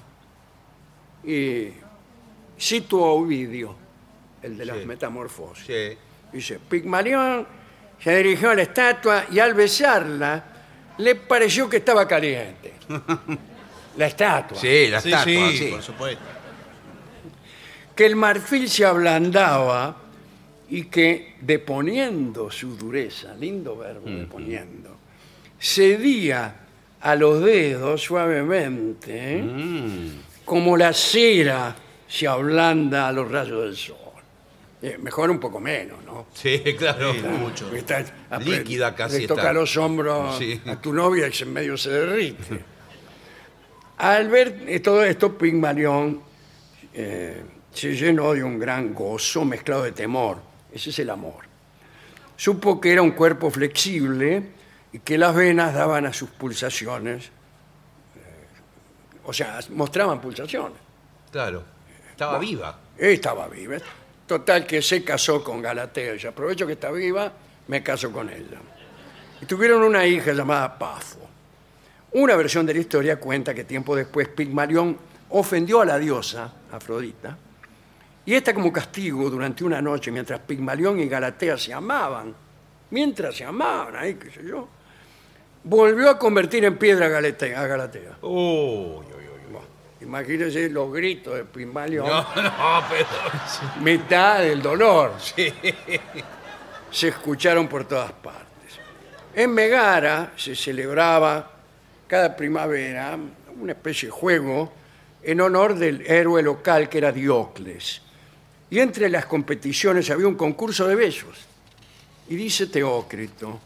y citó a Ovidio, el de las
Sí.
metamorfosis.
Sí.
Dice, Pigmalión se dirigió a la estatua y al besarla le pareció que estaba caliente. La estatua.
Sí, la
sí,
estatua,
sí,
sí.
por supuesto.
Que el marfil se ablandaba y que deponiendo su dureza, lindo verbo, deponiendo, cedía a los dedos suavemente, ¿eh? como la cera se ablanda a los rayos del sol. Eh, mejor un poco menos, ¿no?
Sí, claro.
mucho.
Porque está apre-
Líquida casi
Le toca
está.
los hombros
Sí.
a tu novia y en medio se derrite. Al ver eh, todo esto, Pigmalión eh, se llenó de un gran gozo mezclado de temor. Ese es el amor. Supo que era un cuerpo flexible y que las venas daban a sus pulsaciones, eh, o sea, mostraban pulsaciones.
Claro. Estaba viva.
Estaba viva. Total que se casó con Galatea. Y aprovecho que está viva, me caso con ella. Y tuvieron una hija llamada Pafo. Una versión de la historia cuenta que tiempo después Pigmalión ofendió a la diosa Afrodita. Y esta como castigo durante una noche, mientras Pigmalión y Galatea se amaban, mientras se amaban, ahí qué sé yo, volvió a convertir en piedra a Galate- a Galatea.
Uy, uy, uy.
Bueno, imagínense los gritos de Pigmalión
No, no, pero.
mitad del dolor. Se escucharon por todas partes. En Megara se celebraba cada primavera una especie de juego en honor del héroe local que era Diocles. Y entre las competiciones había un concurso de besos. Y dice Teócrito,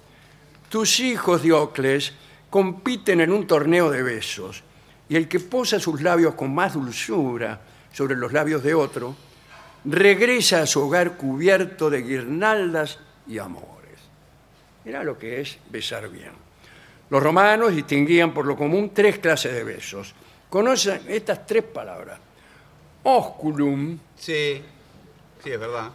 tus hijos, Diocles, compiten en un torneo de besos, y el que posa sus labios con más dulzura sobre los labios de otro, regresa a su hogar cubierto de guirnaldas y amores. Era lo que es besar bien. Los romanos distinguían por lo común tres clases de besos. Conocen estas tres palabras. Osculum,
Sí. Sí, es verdad.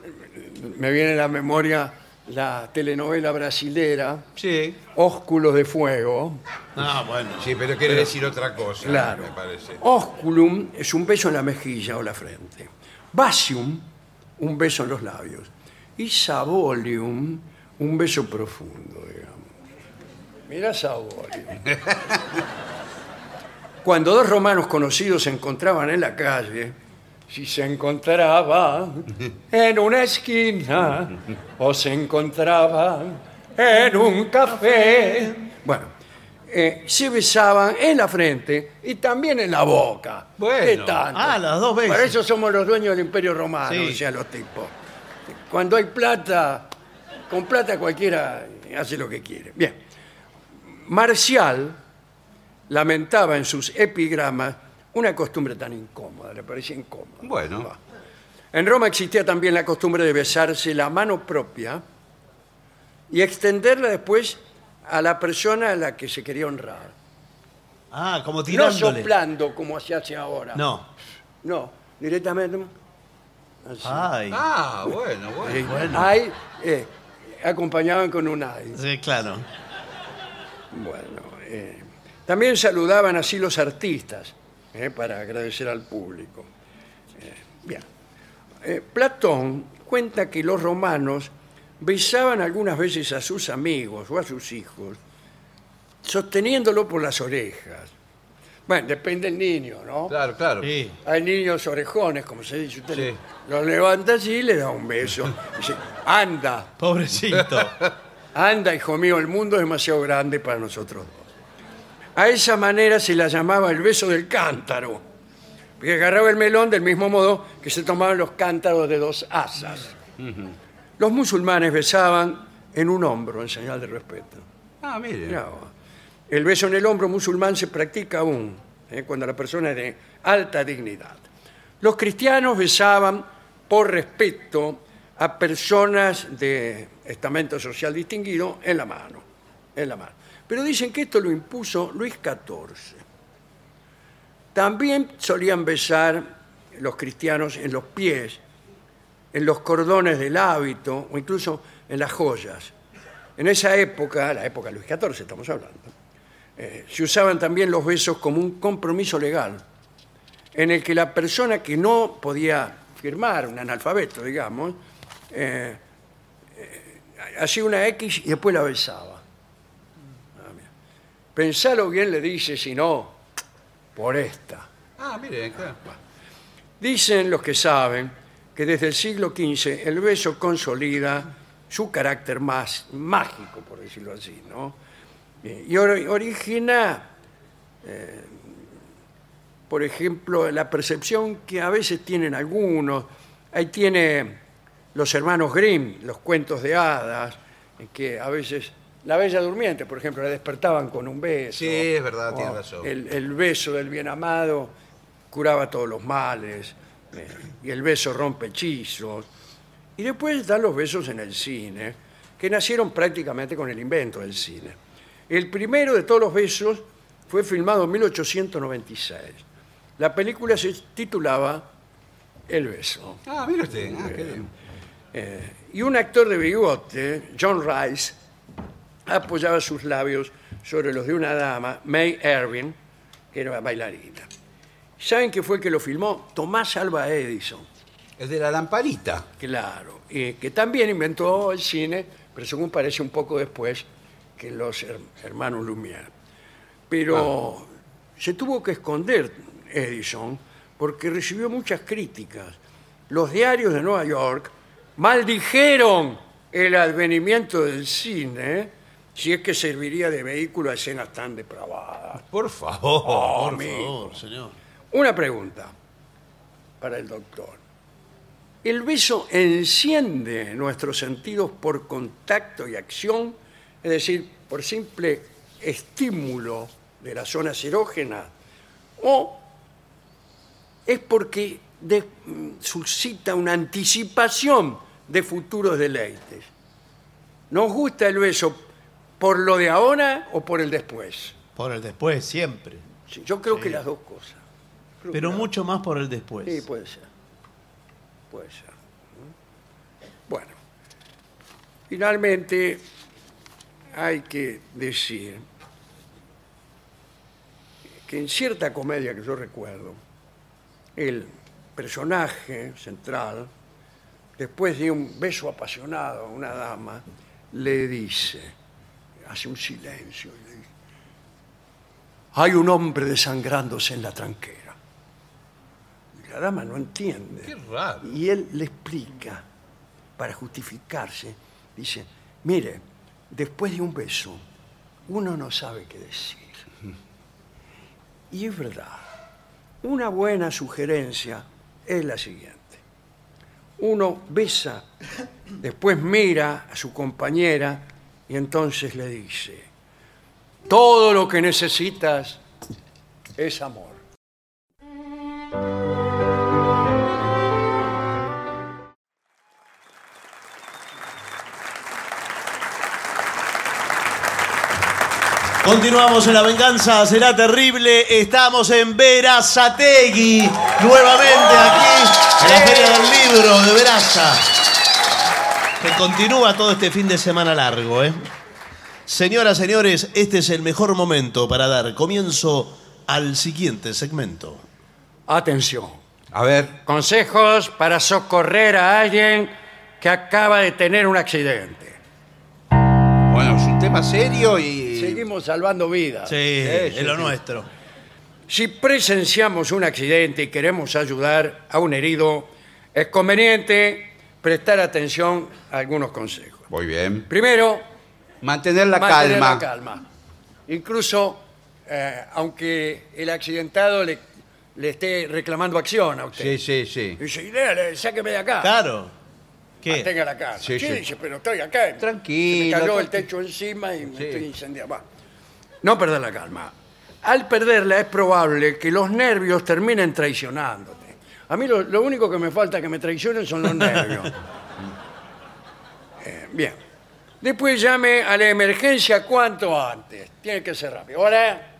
me viene a la memoria la telenovela brasilera,
Sí.
Ósculos de Fuego.
Ah, bueno.
Sí, pero quiere decir otra cosa,
Claro.
me parece.
Osculum es un beso en la mejilla o la frente. Basium, un beso en los labios. Y Sabolium, un beso profundo, digamos. Mira Sabolium. Cuando dos romanos conocidos se encontraban en la calle, si se encontraba en una esquina o se encontraba en un café. Bueno, eh, se besaban en la frente y también en la boca.
Bueno.
¿Qué tanto?
Ah, las dos veces.
Por eso somos los dueños del Imperio Romano,
Sí.
o sea, los tipos. Cuando hay plata, con plata cualquiera hace lo que quiere. Bien. Marcial lamentaba en sus epigramas una costumbre tan incómoda, le parecía incómoda.
Bueno.
Va. En Roma existía también la costumbre de besarse la mano propia y extenderla después a la persona a la que se quería honrar.
Ah, como
No
tirándole.
soplando como se hace ahora.
No.
No, directamente. así.
Ay.
Ah, bueno,
Sí,
bueno.
ay, eh, acompañaban con un ay.
Sí, claro.
Bueno, eh, también saludaban así los artistas eh, para agradecer al público. Eh, bien. Eh, Platón cuenta que los romanos besaban algunas veces a sus amigos o a sus hijos, sosteniéndolo por las orejas. Bueno, depende del niño, ¿no?
Claro, claro.
Sí.
Hay niños orejones, como se dice. Usted
Sí.
los levanta así y le da un beso. Dice, anda.
Pobrecito.
Anda, hijo mío, el mundo es demasiado grande para nosotros dos. A esa manera se la llamaba el beso del cántaro, que agarraba el melón del mismo modo que se tomaban los cántaros de dos asas. Los musulmanes besaban en un hombro en señal de respeto.
Ah, mire.
Mirá vos. El beso en el hombro musulmán se practica aún, ¿eh? cuando la persona es de alta dignidad. Los cristianos besaban por respeto a personas de estamento social distinguido en la mano. En la mano. Pero dicen que esto lo impuso Luis XIV. También solían besar los cristianos en los pies, en los cordones del hábito o incluso en las joyas. En esa época, la época de Luis XIV estamos hablando, eh, se usaban también los besos como un compromiso legal, en el que la persona que no podía firmar, un analfabeto, digamos, eh, eh, hacía una X y después la besaba. Ah, mira. Pensalo bien, le dice, si no, por esta.
Ah, mire, claro.
Dicen los que saben que desde el siglo XV el beso consolida su carácter más mágico, por decirlo así, ¿no? Eh, Y or- origina, eh, por ejemplo, la percepción que a veces tienen algunos. Ahí tiene los hermanos Grimm, los cuentos de hadas, en que a veces la Bella Durmiente, por ejemplo, la despertaban con un beso.
Sí, es verdad, tiene
O
razón.
El, el beso del bien amado curaba todos los males, eh, y el beso rompe hechizos. Y después están los besos en el cine, que nacieron prácticamente con el invento del cine. El primero de todos los besos fue filmado en 1896. La película se titulaba El beso.
Ah, mire usted. Ah, qué bien.
Eh, y un actor de bigote, John Rice, apoyaba sus labios sobre los de una dama, May Irving, que era bailarina. ¿Saben que fue el que lo filmó? Tomás Alba Edison,
El de la lamparita.
claro, y que también inventó el cine, pero según parece un poco después que los her- hermanos Lumière. Pero
Ah.
se tuvo que esconder Edison porque recibió muchas críticas. Los diarios de Nueva York maldijeron el advenimiento del cine si es que serviría de vehículo a escenas tan depravadas.
Por favor.
Oh,
Por
amigo.
favor, señor.
Una pregunta para el doctor. ¿El beso enciende nuestros sentidos por contacto y acción? Es decir, por simple estímulo de las zonas erógenas. ¿O es porque de- mm, suscita una anticipación de futuros deleites? ¿Nos gusta el beso por lo de ahora o por el después?
Por el después, siempre.
Sí, Yo creo que las dos cosas. Creo
Pero
que las
mucho más por el después.
Sí, pues. puede ser. Puede ser. Bueno, finalmente hay que decir que en cierta comedia que yo recuerdo, el personaje central, después de un beso apasionado a una dama, le dice, hace un silencio y le dice, hay un hombre desangrándose en la tranquera. Y La dama no entiende.
Qué raro.
Y él le explica, para justificarse, dice, mire, después de un beso, uno no sabe qué decir. Y es verdad, una buena sugerencia es la siguiente. Uno besa, después mira a su compañera y entonces le dice, todo lo que necesitas es amor.
Continuamos en La Venganza Será Terrible. Estamos en Verazategui, nuevamente aquí en la Feria del Libro de Veraza. Que continúa todo este fin de semana largo, ¿eh? Señoras, señores, este es el mejor momento para dar comienzo al siguiente segmento.
Atención.
A ver,
Consejos para socorrer a alguien que acaba de tener un accidente.
bueno, es un tema serio y.
Seguimos salvando vidas.
Sí,
sí,
es lo
sí.
nuestro.
Si presenciamos un accidente y queremos ayudar a un herido, es conveniente prestar atención a algunos consejos.
Muy bien.
Primero,
Mantener la
mantener
calma.
la calma. Incluso, eh, aunque el accidentado le, le esté reclamando acción a usted.
Sí, sí, sí.
Dice, "Irene, sáqueme de acá.
Claro. ¿Qué?
Mantenga la calma.
Sí,
Sí,
sí.
dice, pero estoy acá. Se
Tranquilo,
me cayó el techo
tranquilo.
encima y me
Sí.
estoy incendiando. Va. No perder la calma. Al perderla es probable que los nervios terminen traicionándote. A mí lo, lo único que me falta que me traicionen son los nervios. Eh, bien. Después llame a la emergencia cuanto antes. Tiene que ser rápido. Ahora,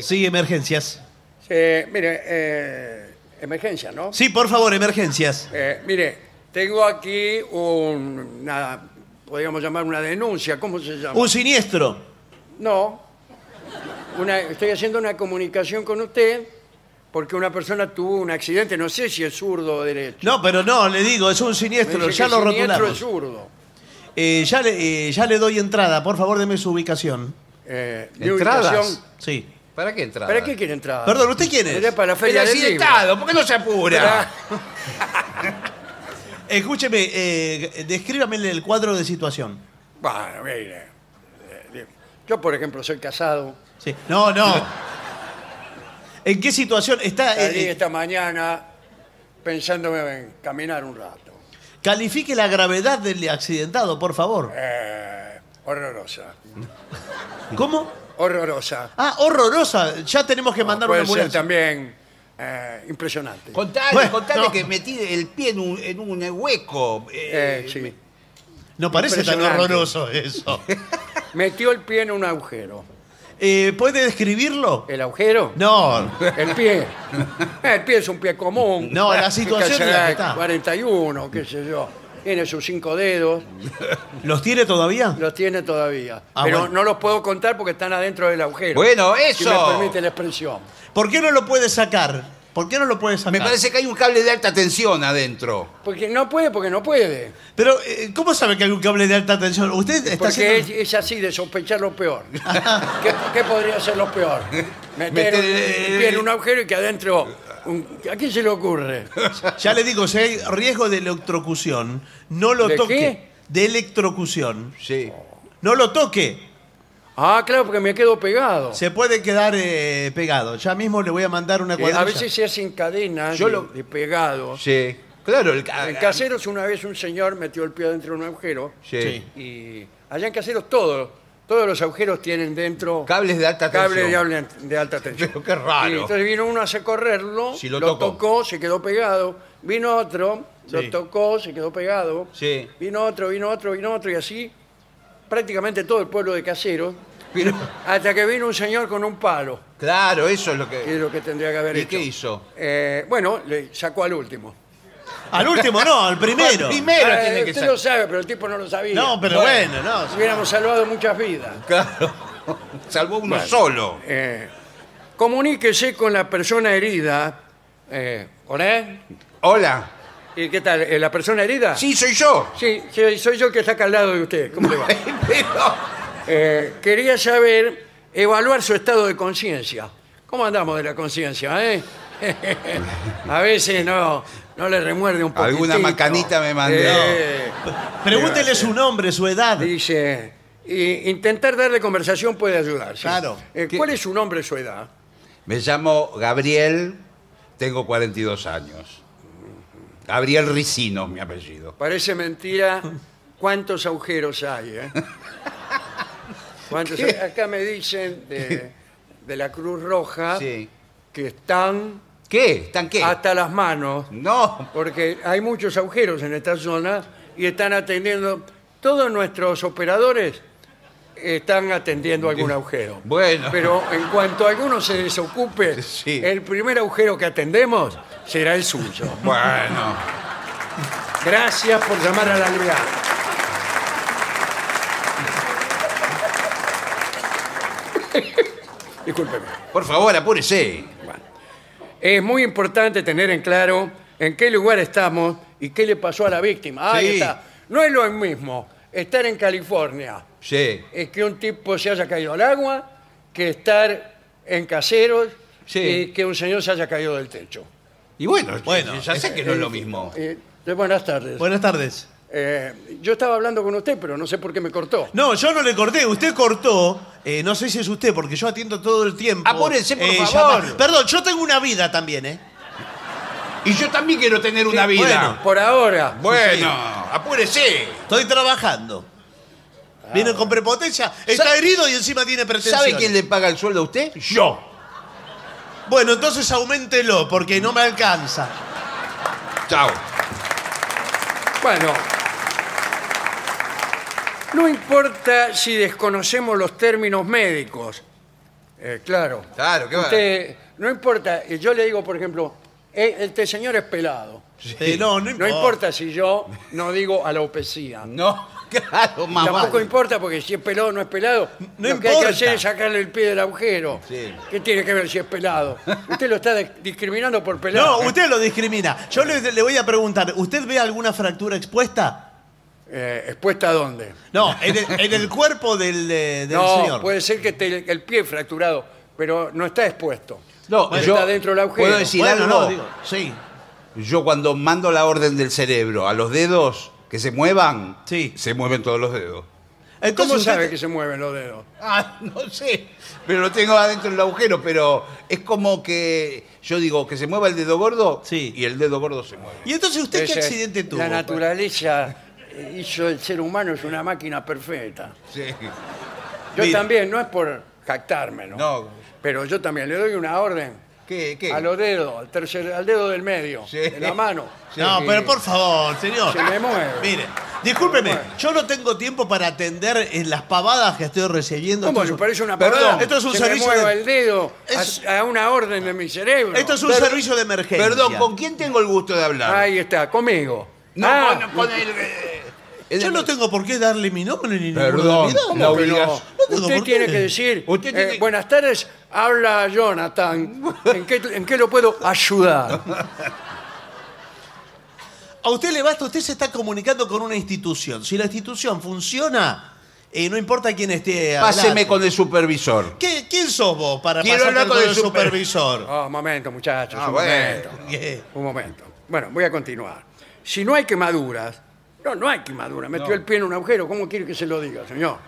Sí, emergencias.
eh, mire, eh, emergencia, ¿no?
Sí, por favor, emergencias.
Eh, mire, tengo aquí un- una, podríamos llamar una denuncia, ¿cómo se llama?
Un siniestro.
No, una- estoy haciendo una comunicación con usted porque una persona tuvo un accidente, no sé si es zurdo o derecho.
No, pero no, le digo, es un
Me
siniestro,
dice
ya
que
lo
siniestro es
rotulamos.
zurdo.
Eh, ya, le, eh, ya le doy entrada, por favor, deme su ubicación.
Eh, mi
¿Entradas?
ubicación-
Sí.
¿Para qué entrar?
¿Para qué quiere entrar?
Ah. Perdón, ¿usted quién es?
Para la
El
feria del libro.
accidentado, ¿por qué no se apura?
Escúcheme, eh, descríbame el cuadro de situación.
Bueno, mire, eh, yo por ejemplo soy casado,
Sí. No, no. ¿En qué situación está? eh,
salí
eh,
esta mañana pensando en caminar un rato.
califique la gravedad del accidentado, por favor.
Eh, horrorosa.
¿Cómo?
Horrorosa.
Ah, horrorosa. Ya tenemos que mandar una
Ah, Puede ser
ambulancia.
también eh, impresionante.
Contale,
Bueno,
contale
no.
que metí el pie en un, en un hueco. eh,
Eh, sí.
No parece tan
Impresionante.
horroroso eso.
Metió el pie en un agujero.
Eh, ¿Puede describirlo?
¿El agujero?
No.
El pie. Eh, El pie es un pie común.
No, la
Pica
situación es la
será
que está.
41, qué sé yo. Tiene sus cinco dedos,
¿Los tiene todavía?
los tiene todavía.
Ah,
Pero
bueno.
no los puedo contar porque están adentro del agujero.
Bueno,
Si
eso.
me permite la expresión.
¿Por qué no lo puede sacar? ¿Por qué no lo puede
Ah.
sacar?
Me parece que hay un cable de alta tensión adentro.
Porque no puede, porque no puede.
Pero, eh, ¿cómo sabe que hay un cable de alta tensión? Usted está
Porque es,
haciendo...
es así, de sospechar lo peor. ¿Qué, qué podría ser lo peor? Meter,
Meter,
un-
eh,
un pie en un agujero y que adentro... un- ¿A quién se le ocurre?
Ya le digo, si hay riesgo de electrocución, no lo
¿De
toque.
qué?
De electrocución.
Sí.
No lo toque.
Ah, claro, porque me quedo pegado.
Se puede quedar eh, pegado. Ya mismo le voy a mandar una
Eh, a
cuadrilla.
veces se hacen cadenas
Yo
de,
lo-
de pegado.
Sí. Claro, el ca-
En Caseros una vez un señor metió el pie dentro de un agujero
Sí.
Sí.
y allá en Caseros todos, todos los agujeros tienen dentro
Cables de alta
cables de
tensión.
habla- de alta tensión.
Pero qué raro.
Y entonces vino uno a correrlo,
Sí, lo tocó.
tocó. se quedó pegado. Vino otro,
Sí.
lo tocó, se quedó pegado.
Sí.
Vino otro, vino otro, vino otro y así prácticamente todo el pueblo de Caseros
Pero-
hasta que vino un señor con un palo.
claro, eso es lo
que es
que.
lo que tendría que haber
¿Y
hecho.
qué hizo?
Eh, bueno, le sacó al último.
Al último no, al primero.
Al primero
Ah,
tiene que
usted
ser.
lo sabe, pero el tipo no lo sabía.
No, pero bueno, no. sí.
Hubiéramos salvado muchas vidas.
Claro. Salvó uno solo.
Eh, comuníquese con la persona herida. Eh, ¿Hola?
Hola.
¿Y qué tal? eh, ¿La persona herida?
Sí, soy yo.
Sí, sí, soy yo el que está acá al lado de usted. ¿Cómo le va?
Pero-
Eh, quería saber, evaluar su estado de conciencia. ¿Cómo andamos de la conciencia, eh? A veces no, no le remuerde un poquito.
Alguna macanita me mandó.
Pregúntele su nombre, su edad.
dice, "I- intentar darle conversación puede ayudar. sí.
Claro.
Eh,
¿Qué-
¿Cuál es su nombre, su edad?
Me llamo Gabriel, tengo 42 años. Gabriel Ricino, mi apellido.
Parece mentira cuántos agujeros hay. ¿eh? ¿Cuántos
¿Qué?
Acá me dicen de, de la Cruz Roja
Sí.
que están
¿Qué? ¿Están qué?
hasta las manos,
No.
porque hay muchos agujeros en esta zona y están atendiendo, todos nuestros operadores están atendiendo algún agujero.
Bueno.
Pero en cuanto alguno se desocupe,
Sí.
el primer agujero que atendemos será el suyo.
Bueno.
Gracias por llamar a la Liga. Discúlpeme.
Por favor, apúrese.
Es muy importante tener en claro en qué lugar estamos y qué le pasó a la víctima. Ahí
Sí.
está. No es lo mismo estar en California
Sí.
es que un tipo se haya caído al agua que estar en caseros
Sí.
y que un señor se haya caído del techo.
Y bueno,
Bueno.
ya sé que no es lo mismo.
Eh, buenas tardes.
Buenas tardes.
Eh, yo estaba hablando con usted, pero no sé por qué me cortó.
No, yo no le corté, usted cortó. Eh, no sé si es usted, porque yo atiendo todo el tiempo. Eh,
Apúrense, por favor.
Perdón, yo tengo una vida también, ¿eh?
Y yo también quiero tener una vida.
Por ahora.
Bueno, apúrese.
Estoy trabajando. Viene con prepotencia, está
Ah. Sa-
herido y encima tiene pretensiones.
¿Sabe quién le paga el sueldo a usted? Yo.
Bueno, entonces auméntelo, porque no me alcanza.
Chao.
Bueno. No importa si desconocemos los términos médicos. Eh, claro.
Claro, qué va.
Usted- No importa. y Yo le digo, por ejemplo, "Eh, este señor es pelado.
Eh, no, no importa.
No importa si yo no digo alopecia.
No, claro, más
Tampoco
vale.
importa porque si es pelado o no es pelado,
No
lo que hay que
importa.
hacer es sacarle el pie del agujero.
Sí.
¿Qué tiene que ver si es pelado? Usted lo está de- discriminando por pelado.
No, usted lo discrimina. Yo le, le voy a preguntar, ¿usted ve alguna fractura expuesta?
Eh, ¿Expuesta a dónde?
No, en el, en el cuerpo del, eh, del
no,
señor.
puede ser que esté el pie fracturado, pero no está expuesto.
No,
Bueno,
yo
está dentro del agujero.
puedo decir
Bueno,
algo.
no, digo, sí.
Yo cuando mando la orden del cerebro a los dedos que se muevan,
Sí.
se mueven todos los dedos.
¿Cómo
Entonces
sabe
usted-
que se mueven los dedos?
Ah, no sé, pero lo tengo adentro del agujero, pero es como que yo digo que se mueva el dedo gordo
Sí.
y el dedo gordo se mueve.
¿Y entonces usted qué
Esa es-
accidente tuvo? pues?
La naturaleza eh, hizo el ser humano es una máquina perfecta.
Sí.
Yo
Mira.
también, no es por jactarme, ¿no?
No.
Pero yo también le doy una orden.
¿Qué? ¿Qué?
A los dedos, al, tercer, al dedo del medio,
Sí.
de la mano.
Sí.
No, pero por favor, señor.
Se me mueve.
Mire, discúlpeme,
Bueno.
yo no tengo tiempo para atender en las pavadas que estoy recibiendo.
¿Cómo
Esto
le
es-
parece una
Perdón,
pavada?
Esto es un
Se me
servicio
mueva
de-
el dedo a-
Es-
a, una orden de mi cerebro.
Esto es un
Perdón.
servicio de emergencia.
Perdón, ¿con quién tengo el gusto de hablar?
Ahí está, conmigo.
no,
Ah,
pon- pon el- eh, el-
Yo no tengo por qué darle mi nombre ni ninguna
Perdón,
vida.
la
¿Cómo que no?
obligación.
No tengo
Usted
por
tiene
qué.
que decir,
Usted
eh,
tiene-
buenas tardes, habla Jonathan, ¿en qué, en qué lo puedo ayudar?
A usted le basta, usted se está comunicando con una institución. Si la institución funciona, eh, no importa quién esté.
Páseme
adelante.
con el supervisor.
¿Qué- ¿Quién sos vos para
Quiero
pasarte
hablar con el super-
supervisor?
Ah, un momento, muchachos,
Ah,
un
bueno.
momento.
¿Qué?
Un momento. Bueno, voy a continuar. Si no hay quemaduras, no, no hay quemaduras, metió el pie en un agujero, ¿cómo quiere que se lo diga, señor?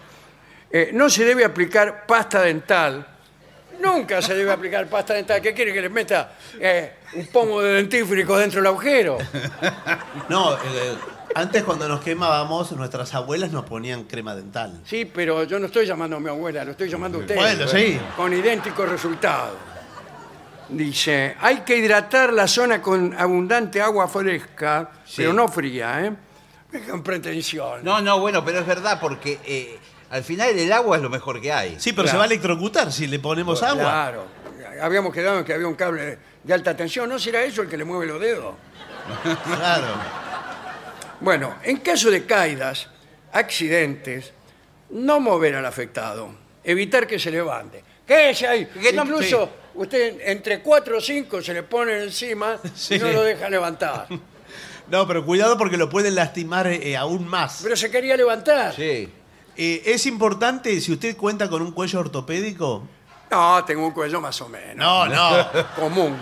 Eh, no se debe aplicar pasta dental. Nunca se debe aplicar pasta dental. ¿Qué quiere que le meta eh, un pomo de dentífrico dentro del agujero?
No, eh, antes cuando nos quemábamos, nuestras abuelas nos ponían crema dental.
Sí, pero yo no estoy llamando a mi abuela, lo estoy llamando a usted.
Bueno, sí.
Con idéntico resultado. Dice, hay que hidratar la zona con abundante agua fresca, pero no fría, ¿eh? Es con pretensión.
No, no, bueno, pero es verdad, porque eh, al final el agua es lo mejor que hay.
Sí, pero se va a electrocutar si le ponemos agua.
Claro. Habíamos quedado en que había un cable de alta tensión. ¿No será eso el que le mueve los dedos?
Claro.
Bueno, en caso de caídas, accidentes, no mover al afectado. Evitar que se levante. ¿Qué si hay?
Que no-
Incluso usted entre cuatro o cinco se le pone encima y
Sí.
no lo deja levantar.
No, pero cuidado porque lo pueden lastimar eh, aún más.
Pero se quería levantar.
Sí.
Eh, es importante, si usted cuenta con un cuello ortopédico,
No, tengo un cuello más o menos.
No, no.
Común.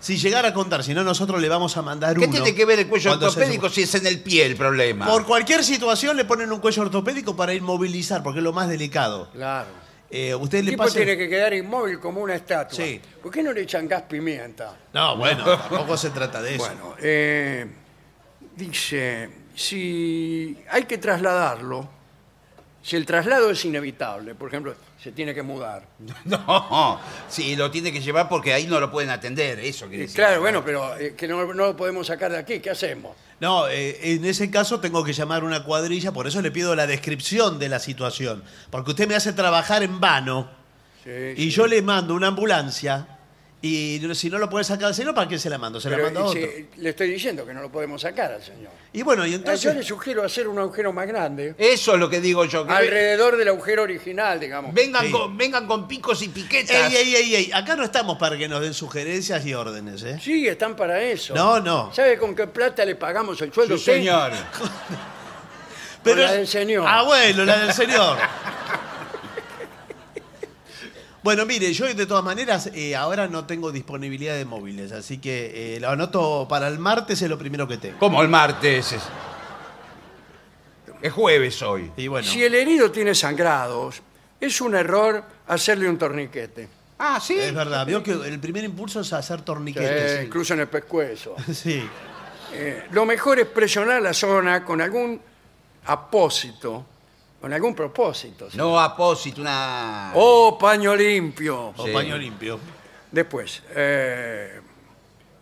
Si llegara a contar, si no, nosotros le vamos a mandar
¿Qué
uno.
tiene que ver el cuello
cuando se
ortopédico si es en el pie el problema?
Por cualquier situación le ponen un cuello ortopédico para inmovilizar, porque es lo más delicado.
Claro.
Eh, ¿Usted
El
le
tipo
pasa?
tiene que quedar inmóvil como una estatua.
Sí.
¿Por qué no le echan gas pimienta?
No, bueno, tampoco se trata de eso.
Bueno, eh, dice, si hay que trasladarlo, si el traslado es inevitable, por ejemplo, se tiene que mudar.
No, sí, lo tiene que llevar porque ahí no lo pueden atender, eso quiere
Y
decir.
Eh, claro, bueno, pero eh, que no, no lo podemos sacar de aquí, ¿qué hacemos?
No, eh, en ese caso tengo que llamar una cuadrilla, por eso le pido la descripción de la situación. Porque usted me hace trabajar en vano
Sí,
y
sí.
yo le mando una ambulancia y si no lo puede sacar al señor, ¿para qué se la mando? Se la
Pero,
mando a otro.
eh, sí, le estoy diciendo que no lo podemos sacar al señor.
Y bueno, y
Entonces, eh, yo le
entonces... eh,
sugiero hacer un agujero más grande,
Eso es lo que digo yo. que
alrededor del agujero original, digamos.
vengan,
Sí.
con, vengan con picos y piquetas.
Ey, ey, ey, ey, acá no estamos para que nos den sugerencias y órdenes, ¿eh?
Sí, están para eso.
No, no.
¿Sabe con qué plata le pagamos el sueldo?
Sí,
a usted?
señor.
la del señor.
Ah, bueno, la del señor. Bueno, mire, yo de todas maneras eh, ahora no tengo disponibilidad de móviles, así que eh, lo anoto para el martes, es lo primero que tengo.
Como el martes. Es, es jueves hoy.
Y bueno,
Si el herido tiene sangrados, es un error hacerle un torniquete.
Ah, sí.
es verdad, vio que el primer impulso es hacer
Eh,
torniquetes.
Incluso en el pescuezo.
Sí.
Eh, lo mejor es presionar la zona con algún apósito, con algún propósito. ¿sí?
No apósito, una.
Oh,
O paño limpio.
o
Sí.
paño limpio.
Después, eh,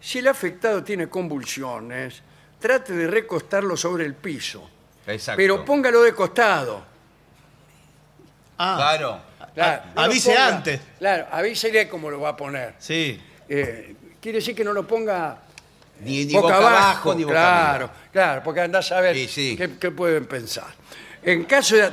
si el afectado tiene convulsiones, trate de recostarlo sobre el piso.
Exacto.
Pero póngalo de costado.
Ah,
Claro.
Claro, no lo
avise
ponga-
antes.
Claro, avísele cómo lo va a poner.
sí.
Eh, quiere decir que no lo ponga
Ni, ni
boca, abajo,
ni boca
claro,
arriba.
claro, porque andás a ver
Sí, sí.
Qué, qué pueden pensar. En caso de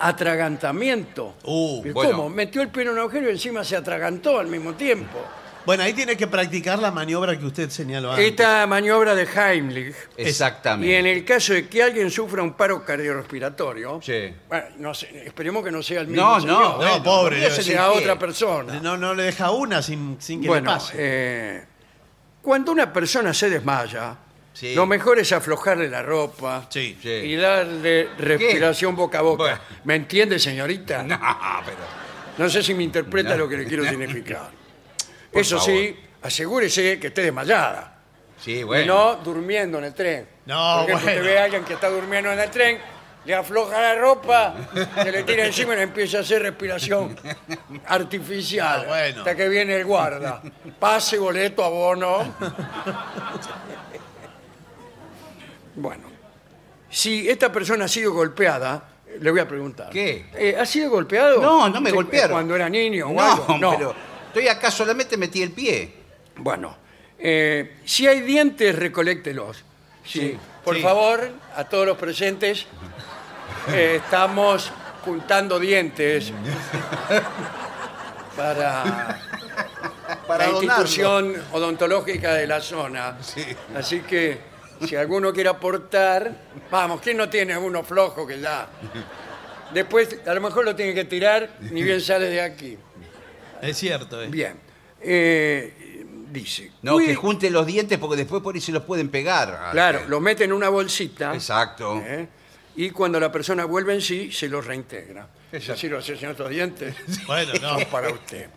atragantamiento,
Uh,
¿pero
bueno.
¿cómo? Metió el pie en un agujero y encima se atragantó al mismo tiempo.
Bueno, ahí tiene que practicar la maniobra que usted señaló antes.
Esta maniobra de Heimlich. Y
Exactamente.
en el caso de que alguien sufra un paro cardiorrespiratorio,
Sí.
bueno, no sé, esperemos que no sea el mismo
No,
señor, ¿eh?
no,
No, pobre,
no
que
yo
se
sé.
le
sea
quede.
otra persona.
No, no le deja una sin, sin que le
Bueno,
pase.
eh, cuando una persona se desmaya,
Sí.
lo mejor es aflojarle la ropa
Sí.
Sí.
y darle respiración boca a boca.
Bueno.
¿Me entiende, señorita?
No, pero.
No sé si me interpreta
No.
lo que le quiero significar.
Por
Eso sí, asegúrese que esté desmayada.
Sí,
y no
bueno.
durmiendo en el tren.
No,
Por ejemplo,
bueno.
usted ve a alguien que está durmiendo en el tren, le afloja la ropa, se le tira encima y le empieza a hacer respiración artificial.
Ah, bueno.
Hasta que viene el guarda. Pase, boleto, abono. bueno, si esta persona ha sido golpeada, le voy a preguntar.
¿Qué?
Eh, ¿Ha sido golpeado?
No, no me golpearon.
Cuando era niño o algo.
No,
No.
pero estoy acá solamente metí el pie.
Bueno, eh, si hay dientes, recoléctelos. Sí. Por
sí.
favor, a todos los presentes, eh, estamos juntando dientes para,
Para
la
donarlo.
institución odontológica de la zona. Así que, si alguno quiere aportar, vamos, ¿quién no tiene uno flojo que ya? Después, a lo mejor lo tiene que tirar, ni bien sale de aquí.
Es cierto. eh.
Bien. Eh, dice.
No,
"Cuide-
que junten los dientes porque después por ahí se los pueden pegar.
Claro,
Ah,
lo mete en una bolsita.
Exacto.
¿eh? Y cuando la persona vuelve en sí, se los reintegra. Es
Exacto.
decir, los señor estos dientes
Bueno, no.
son para usted.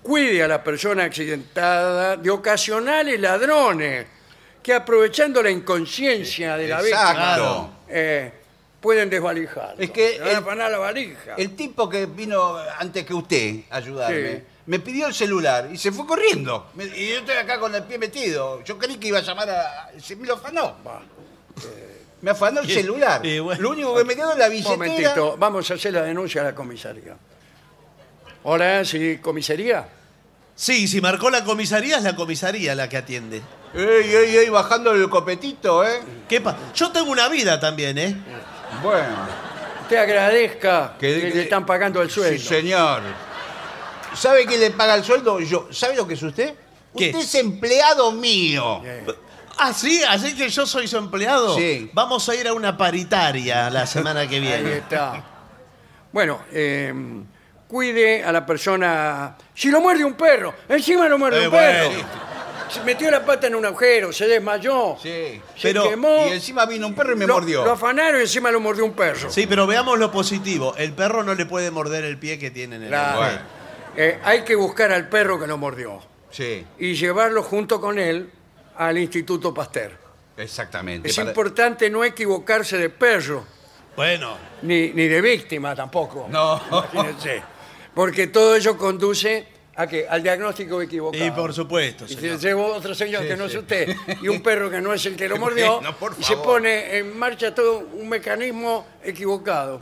Cuide a la persona accidentada de ocasionales ladrones que aprovechando la inconsciencia de la
Exacto.
víctima eh, pueden desvalijar.
Es que
van a
el-
afanar la valija.
El tipo que vino antes que usted a ayudarme,
Sí.
me pidió el celular y se fue corriendo. Me- Y yo estoy acá con el pie metido. Yo creí que iba a llamar a... Se me lo afanó. Me afanó el
Y-
celular.
y bueno.
Lo único que me quedó es la
Un
billetera.
momentito, vamos a hacer la denuncia a la comisaría. Hola, sí, comisaría.
Sí, si marcó la comisaría, es la comisaría la que atiende.
Ey, ey, ey, bajando el copetito, ¿eh?
¿Qué pa- Yo tengo una vida también, ¿eh?
Bueno.
Te agradezca que,
Que- que-
le están pagando el sueldo.
Sí, señor. ¿Sabe quién le paga el sueldo? Yo. ¿Sabe lo que es usted?
¿Qué?
Usted es empleado mío.
Eh,
Ah, sí, así que yo soy su empleado.
Sí.
Vamos a ir a una paritaria la semana que
Ahí
viene.
está. Bueno, eh, cuide a la persona. Si lo muerde un perro, encima lo muerde
Eh,
un perro.
bueno.
Se metió la pata en un agujero, se desmayó,
Sí.
se
Pero-
quemó.
Y encima vino un perro y me
lo,
mordió.
lo afanaron y encima lo mordió un perro.
Sí, pero veamos lo positivo. El perro no le puede morder el pie que tiene en el
Claro.
agua.
Bueno.
Eh, hay que buscar al perro que lo mordió
Sí,
y llevarlo junto con él al Instituto Pasteur.
exactamente.
Es
Para-
importante no equivocarse de perro,
Bueno,
ni, ni de víctima tampoco.
No.
Imagínense. Porque todo ello conduce a que, al diagnóstico equivocado.
y por supuesto,
Y
señor.
se llevó otro señor que no es usted y un perro que no es el que lo mordió
Bueno, por
y se
favor.
pone en marcha todo un mecanismo equivocado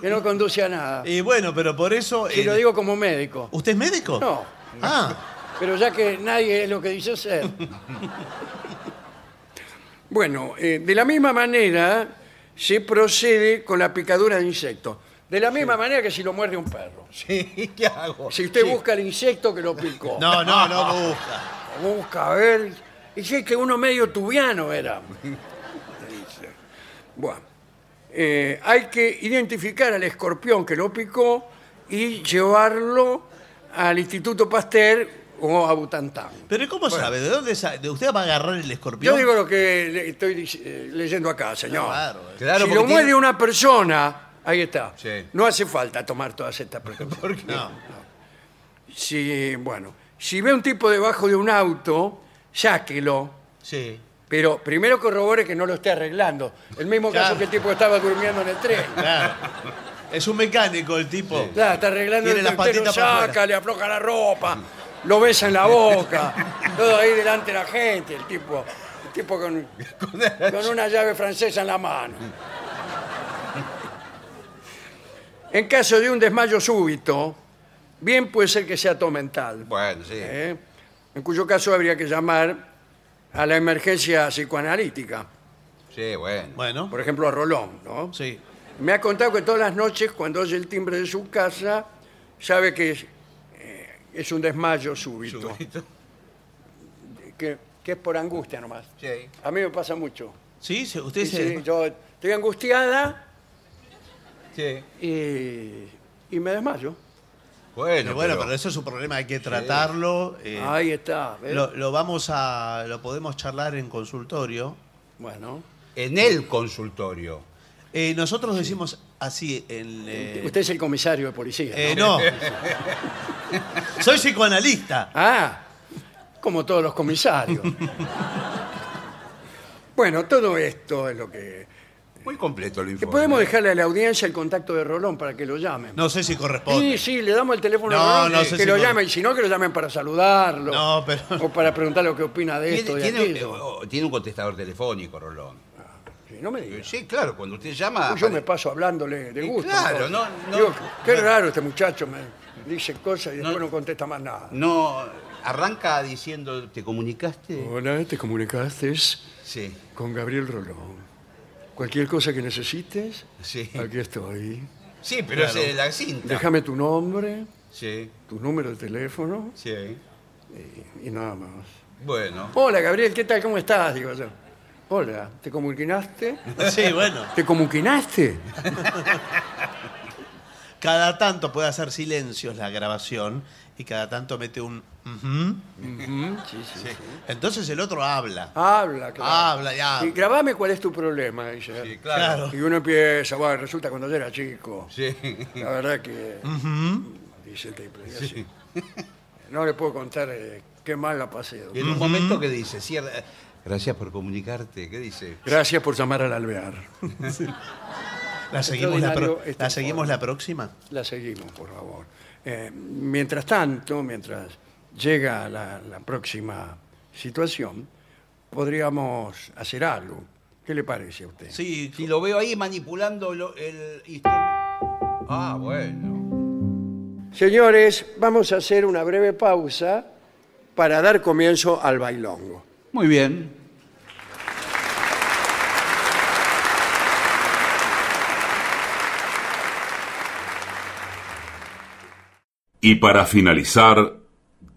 que no conduce a nada.
Y bueno, pero por eso...
Y
el-
lo digo como médico.
¿Usted es médico?
No.
Ah,
Pero ya que nadie es lo que dice ser. Bueno, eh, de la misma manera se procede con la picadura de insectos. De la misma manera que si lo muerde un perro.
Sí, ¿qué hago?
Si usted busca el insecto que lo picó,
no, no, no busca.
busca a ver. Y si es que uno medio tubiano era. Dice. Bueno, eh, hay que identificar al escorpión que lo picó y llevarlo al Instituto Pasteur o a Butantán.
Pero ¿cómo sabe? ¿De dónde sabe? ¿De usted va a agarrar el escorpión?
Yo digo lo que le- estoy dic- eh, leyendo acá, señor.
Claro.
Claro,
si
porque
lo muerde
tiene-
una persona, ahí está.
Sí.
No hace falta tomar todas estas precauciones.
No.
Si, bueno, si ve un tipo debajo de un auto, sáquelo.
Sí.
Pero primero corrobore que no lo esté arreglando. El mismo caso
Claro.
que el tipo estaba durmiendo en el tren.
Claro. Es un mecánico el tipo.
Claro, está arreglando
Tiene
el
las
tren, usted lo
patitas para
saca,
afuera.
le afloja la ropa, lo besa en la boca, todo ahí delante de la gente, el tipo, el tipo con, con una llave francesa en la mano. En caso de un desmayo súbito, bien puede ser que sea todo mental,
Bueno, sí.
¿eh? en cuyo caso habría que llamar a la emergencia psicoanalítica,
Sí, bueno.
Bueno,
por ejemplo a Rolón, ¿no?
sí.
Me ha contado que todas las noches, cuando oye el timbre de su casa, sabe que es, eh, es un desmayo súbito. Que, que es por angustia nomás.
Sí.
A mí me pasa mucho.
Sí, se- usted
Dice,
se...
yo estoy angustiada
Sí.
y, y me desmayo.
Bueno,
bueno,
pero-
pero eso es un problema, hay que tratarlo. eh,
Ahí está. ¿ves?
lo, lo vamos a... Lo podemos charlar en consultorio.
Bueno.
en el consultorio.
Eh, nosotros decimos así en... eh,
Usted es el comisario de policía.
eh,
¿no?
no. Soy psicoanalista.
Ah, como todos los comisarios. bueno, todo esto es lo que...
Muy completo el
Que
informe.
podemos dejarle a la audiencia el contacto de Rolón para que lo llamen.
No sé si
sí,
corresponde.
sí, le damos el teléfono
No,
a Rolón
no
que
sé si
lo
no.
llamen, si no, que lo llamen para saludarlo.
No, pero-
O para preguntarle lo que opina de
¿Tiene,
esto y
tiene-
aquello.
oh, oh, tiene un contestador telefónico, Rolón.
Sí, no me digas.
Eh, Sí, claro, cuando usted llama.
Yo me paso hablándole de
Y
gusto.
claro,
entonces.
no, no-
Digo, qué
no.
raro este muchacho, me dice cosas y después no,
No.
contesta más nada.
No, arranca diciendo, ¿te comunicaste?
Hola, te comunicaste
Sí,
con Gabriel Rolón. Cualquier cosa que necesites,
sí.
aquí estoy.
Sí, pero es eh, la cinta.
Déjame tu nombre,
Sí,
tu número de teléfono
sí.
y nada más.
Bueno.
Hola Gabriel, ¿qué tal? ¿Cómo estás? Digo yo. Hola, ¿te comunicaste?
Sí, bueno.
¿Te comunicaste?
Cada tanto puede hacer silencios la grabación y cada tanto mete un... ujú.
Sí, sí, sí.
Entonces el otro habla.
Habla, Ah, claro.
Habla, ya.
Y grabame cuál es tu problema, dice.
Sí, claro.
Claro.
Y uno empieza, bueno, resulta cuando yo era chico.
Sí.
La verdad que. Dice el tipo, y así. No le puedo contar eh, qué mal la pasé.
Y en un momento que dice, cierra. Gracias por comunicarte. ¿Qué dice?
Gracias por llamar al alvear.
La seguimos, la, pro-
Extraordinario este
la, seguimos
informe.
la próxima.
La seguimos, por favor. Eh, mientras tanto, mientras llega la, la próxima situación, podríamos hacer algo. ¿Qué le parece a usted?
Sí,
Si lo veo ahí manipulando lo- el instrumento. Ah, bueno.
Señores, vamos a hacer una breve pausa para dar comienzo al bailongo.
Muy bien.
Y para finalizar,